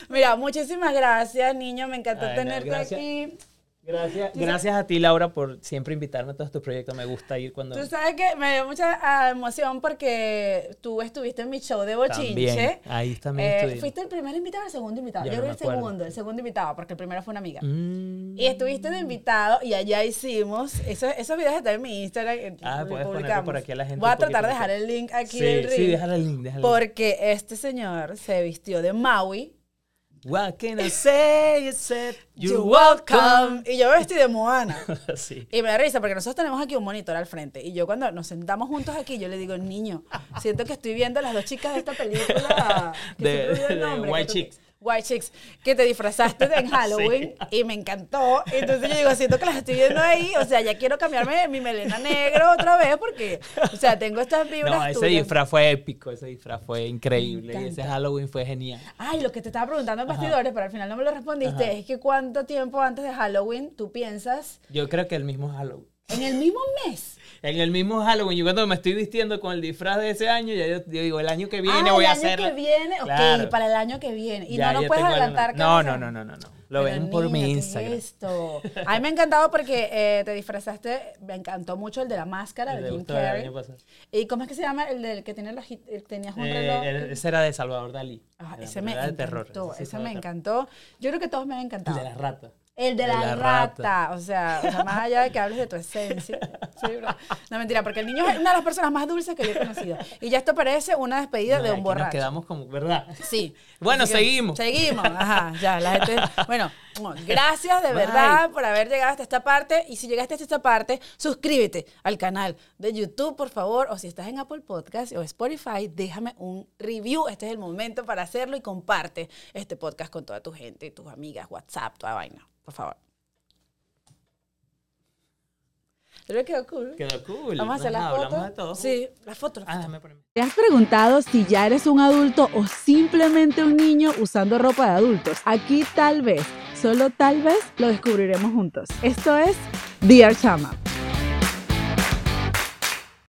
[SPEAKER 1] Mira, muchísimas gracias, niño. Me encantó
[SPEAKER 2] Ay, no,
[SPEAKER 1] tenerte
[SPEAKER 2] gracias.
[SPEAKER 1] aquí.
[SPEAKER 2] Gracias, gracias a ti, Laura, por siempre invitarme a todos tus proyectos. Me gusta ir cuando.
[SPEAKER 1] Tú sabes que me dio mucha ah, emoción porque tú estuviste en mi show de
[SPEAKER 2] También.
[SPEAKER 1] bochinche.
[SPEAKER 2] Ahí también
[SPEAKER 1] Eh,
[SPEAKER 2] estoy.
[SPEAKER 1] ¿Fuiste el primer invitado o el segundo invitado?
[SPEAKER 2] Ya
[SPEAKER 1] Yo
[SPEAKER 2] no
[SPEAKER 1] creo
[SPEAKER 2] me
[SPEAKER 1] que el
[SPEAKER 2] acuerdo.
[SPEAKER 1] segundo, el segundo invitado, porque el primero fue una amiga.
[SPEAKER 2] Mm.
[SPEAKER 1] Y estuviste de invitado y allá hicimos. Esos, esos videos están en mi Instagram. eh,
[SPEAKER 2] Ah,
[SPEAKER 1] los
[SPEAKER 2] puedes ponerlo
[SPEAKER 1] publicamos.
[SPEAKER 2] por aquí a la gente
[SPEAKER 1] Voy a
[SPEAKER 2] un poquito
[SPEAKER 1] tratar de
[SPEAKER 2] mejor.
[SPEAKER 1] dejar el link aquí
[SPEAKER 2] Sí,
[SPEAKER 1] del
[SPEAKER 2] sí,
[SPEAKER 1] ring,
[SPEAKER 2] déjala el link, déjala el link.
[SPEAKER 1] Porque este señor se vistió de Maui.
[SPEAKER 2] What can I say except
[SPEAKER 1] You're
[SPEAKER 2] you're
[SPEAKER 1] welcome. Y yo me vestí de Moana.
[SPEAKER 2] welcome? sí.
[SPEAKER 1] Y me da risa porque nosotros tenemos aquí un monitor al frente. Y yo cuando nos sentamos juntos aquí, yo le digo, niño, siento que estoy viendo a las dos chicas de esta película. que
[SPEAKER 2] De-
[SPEAKER 1] siempre olvido el
[SPEAKER 2] de
[SPEAKER 1] nombre,
[SPEAKER 2] White
[SPEAKER 1] que tú-
[SPEAKER 2] Chicks.
[SPEAKER 1] White Chicks, que te disfrazaste en Halloween y me encantó. Entonces yo digo, siento que las estoy viendo ahí. O sea, ya quiero cambiarme mi melena negra otra vez porque, o sea, tengo estas vibras
[SPEAKER 2] No, ese
[SPEAKER 1] tuyas.
[SPEAKER 2] disfraz fue épico, ese disfraz fue increíble.
[SPEAKER 1] Me
[SPEAKER 2] y Ese Halloween fue genial.
[SPEAKER 1] Ay, lo que te estaba preguntando en bastidores, pero al final no me lo respondiste,
[SPEAKER 2] Ajá.
[SPEAKER 1] es que cuánto tiempo antes de Halloween tú piensas
[SPEAKER 2] Yo creo que el mismo Halloween.
[SPEAKER 1] en el mismo mes.
[SPEAKER 2] En el mismo Halloween, yo cuando me estoy vistiendo con el disfraz de ese año, ya yo, yo digo, el año que viene
[SPEAKER 1] Ah,
[SPEAKER 2] voy
[SPEAKER 1] el
[SPEAKER 2] a
[SPEAKER 1] año
[SPEAKER 2] hacer.
[SPEAKER 1] que viene, ok,
[SPEAKER 2] Claro.
[SPEAKER 1] para el año que viene. Y
[SPEAKER 2] Ya,
[SPEAKER 1] no
[SPEAKER 2] ya
[SPEAKER 1] nos puedes
[SPEAKER 2] tengo el-
[SPEAKER 1] adelantar. qué
[SPEAKER 2] No,
[SPEAKER 1] vas a
[SPEAKER 2] no,
[SPEAKER 1] hacer.
[SPEAKER 2] no, no, no, no.
[SPEAKER 1] Pero,
[SPEAKER 2] Lo ven por
[SPEAKER 1] niño,
[SPEAKER 2] mi
[SPEAKER 1] ¿qué es
[SPEAKER 2] Instagram.
[SPEAKER 1] esto? A mí me ha encantado porque eh, te disfrazaste, me encantó mucho el de la máscara
[SPEAKER 2] Eh, El
[SPEAKER 1] de
[SPEAKER 2] de
[SPEAKER 1] Jim
[SPEAKER 2] Gustavo del
[SPEAKER 1] Carrey.
[SPEAKER 2] año pasado.
[SPEAKER 1] ¿Y cómo es que se llama el del que tenía los, hit- el que tenías un
[SPEAKER 2] Eh,
[SPEAKER 1] reloj?
[SPEAKER 2] el- ese era de Salvador Dalí.
[SPEAKER 1] Ah,
[SPEAKER 2] Era-
[SPEAKER 1] ese me
[SPEAKER 2] era de
[SPEAKER 1] encantó,
[SPEAKER 2] terror. sí
[SPEAKER 1] ese
[SPEAKER 2] fue
[SPEAKER 1] me
[SPEAKER 2] de terror.
[SPEAKER 1] encantó. Yo creo que todos me han
[SPEAKER 2] El
[SPEAKER 1] encantado.
[SPEAKER 2] de la rata.
[SPEAKER 1] El de,
[SPEAKER 2] De
[SPEAKER 1] la,
[SPEAKER 2] la
[SPEAKER 1] rata.
[SPEAKER 2] rata.
[SPEAKER 1] o sea, o sea, más allá de que hables de tu esencia. Sí, bro. no, mentira, porque el niño es una de las personas más dulces que yo he conocido. Y ya esto parece una despedida
[SPEAKER 2] Ay,
[SPEAKER 1] de
[SPEAKER 2] aquí
[SPEAKER 1] un
[SPEAKER 2] Nos
[SPEAKER 1] borracho.
[SPEAKER 2] quedamos como, ¿verdad?
[SPEAKER 1] Sí.
[SPEAKER 2] Bueno,
[SPEAKER 1] Así que
[SPEAKER 2] seguimos.
[SPEAKER 1] Seguimos. Ajá, ya, la gente. Bueno, gracias de verdad por haber llegado hasta esta parte. Y si llegaste hasta esta parte, suscríbete al canal de YouTube, por favor. O si estás en Apple Podcast o Spotify, déjame un review. Este es el momento para hacerlo y comparte este podcast con toda tu gente, tus amigas, WhatsApp, toda vaina. Por favor. Creo que quedó cool.
[SPEAKER 2] Quedó cool.
[SPEAKER 1] Vamos a hacer
[SPEAKER 2] Ajá,
[SPEAKER 1] las
[SPEAKER 2] Hablamos de todo.
[SPEAKER 1] fotos. Sí, las fotos. las
[SPEAKER 2] Ah,
[SPEAKER 1] fotos.
[SPEAKER 2] déjame ponerme.
[SPEAKER 3] ¿Te has preguntado si ya eres un adulto o simplemente un niño usando ropa de adultos? Aquí tal vez, solo tal vez, lo descubriremos juntos. Esto es Dear Chama.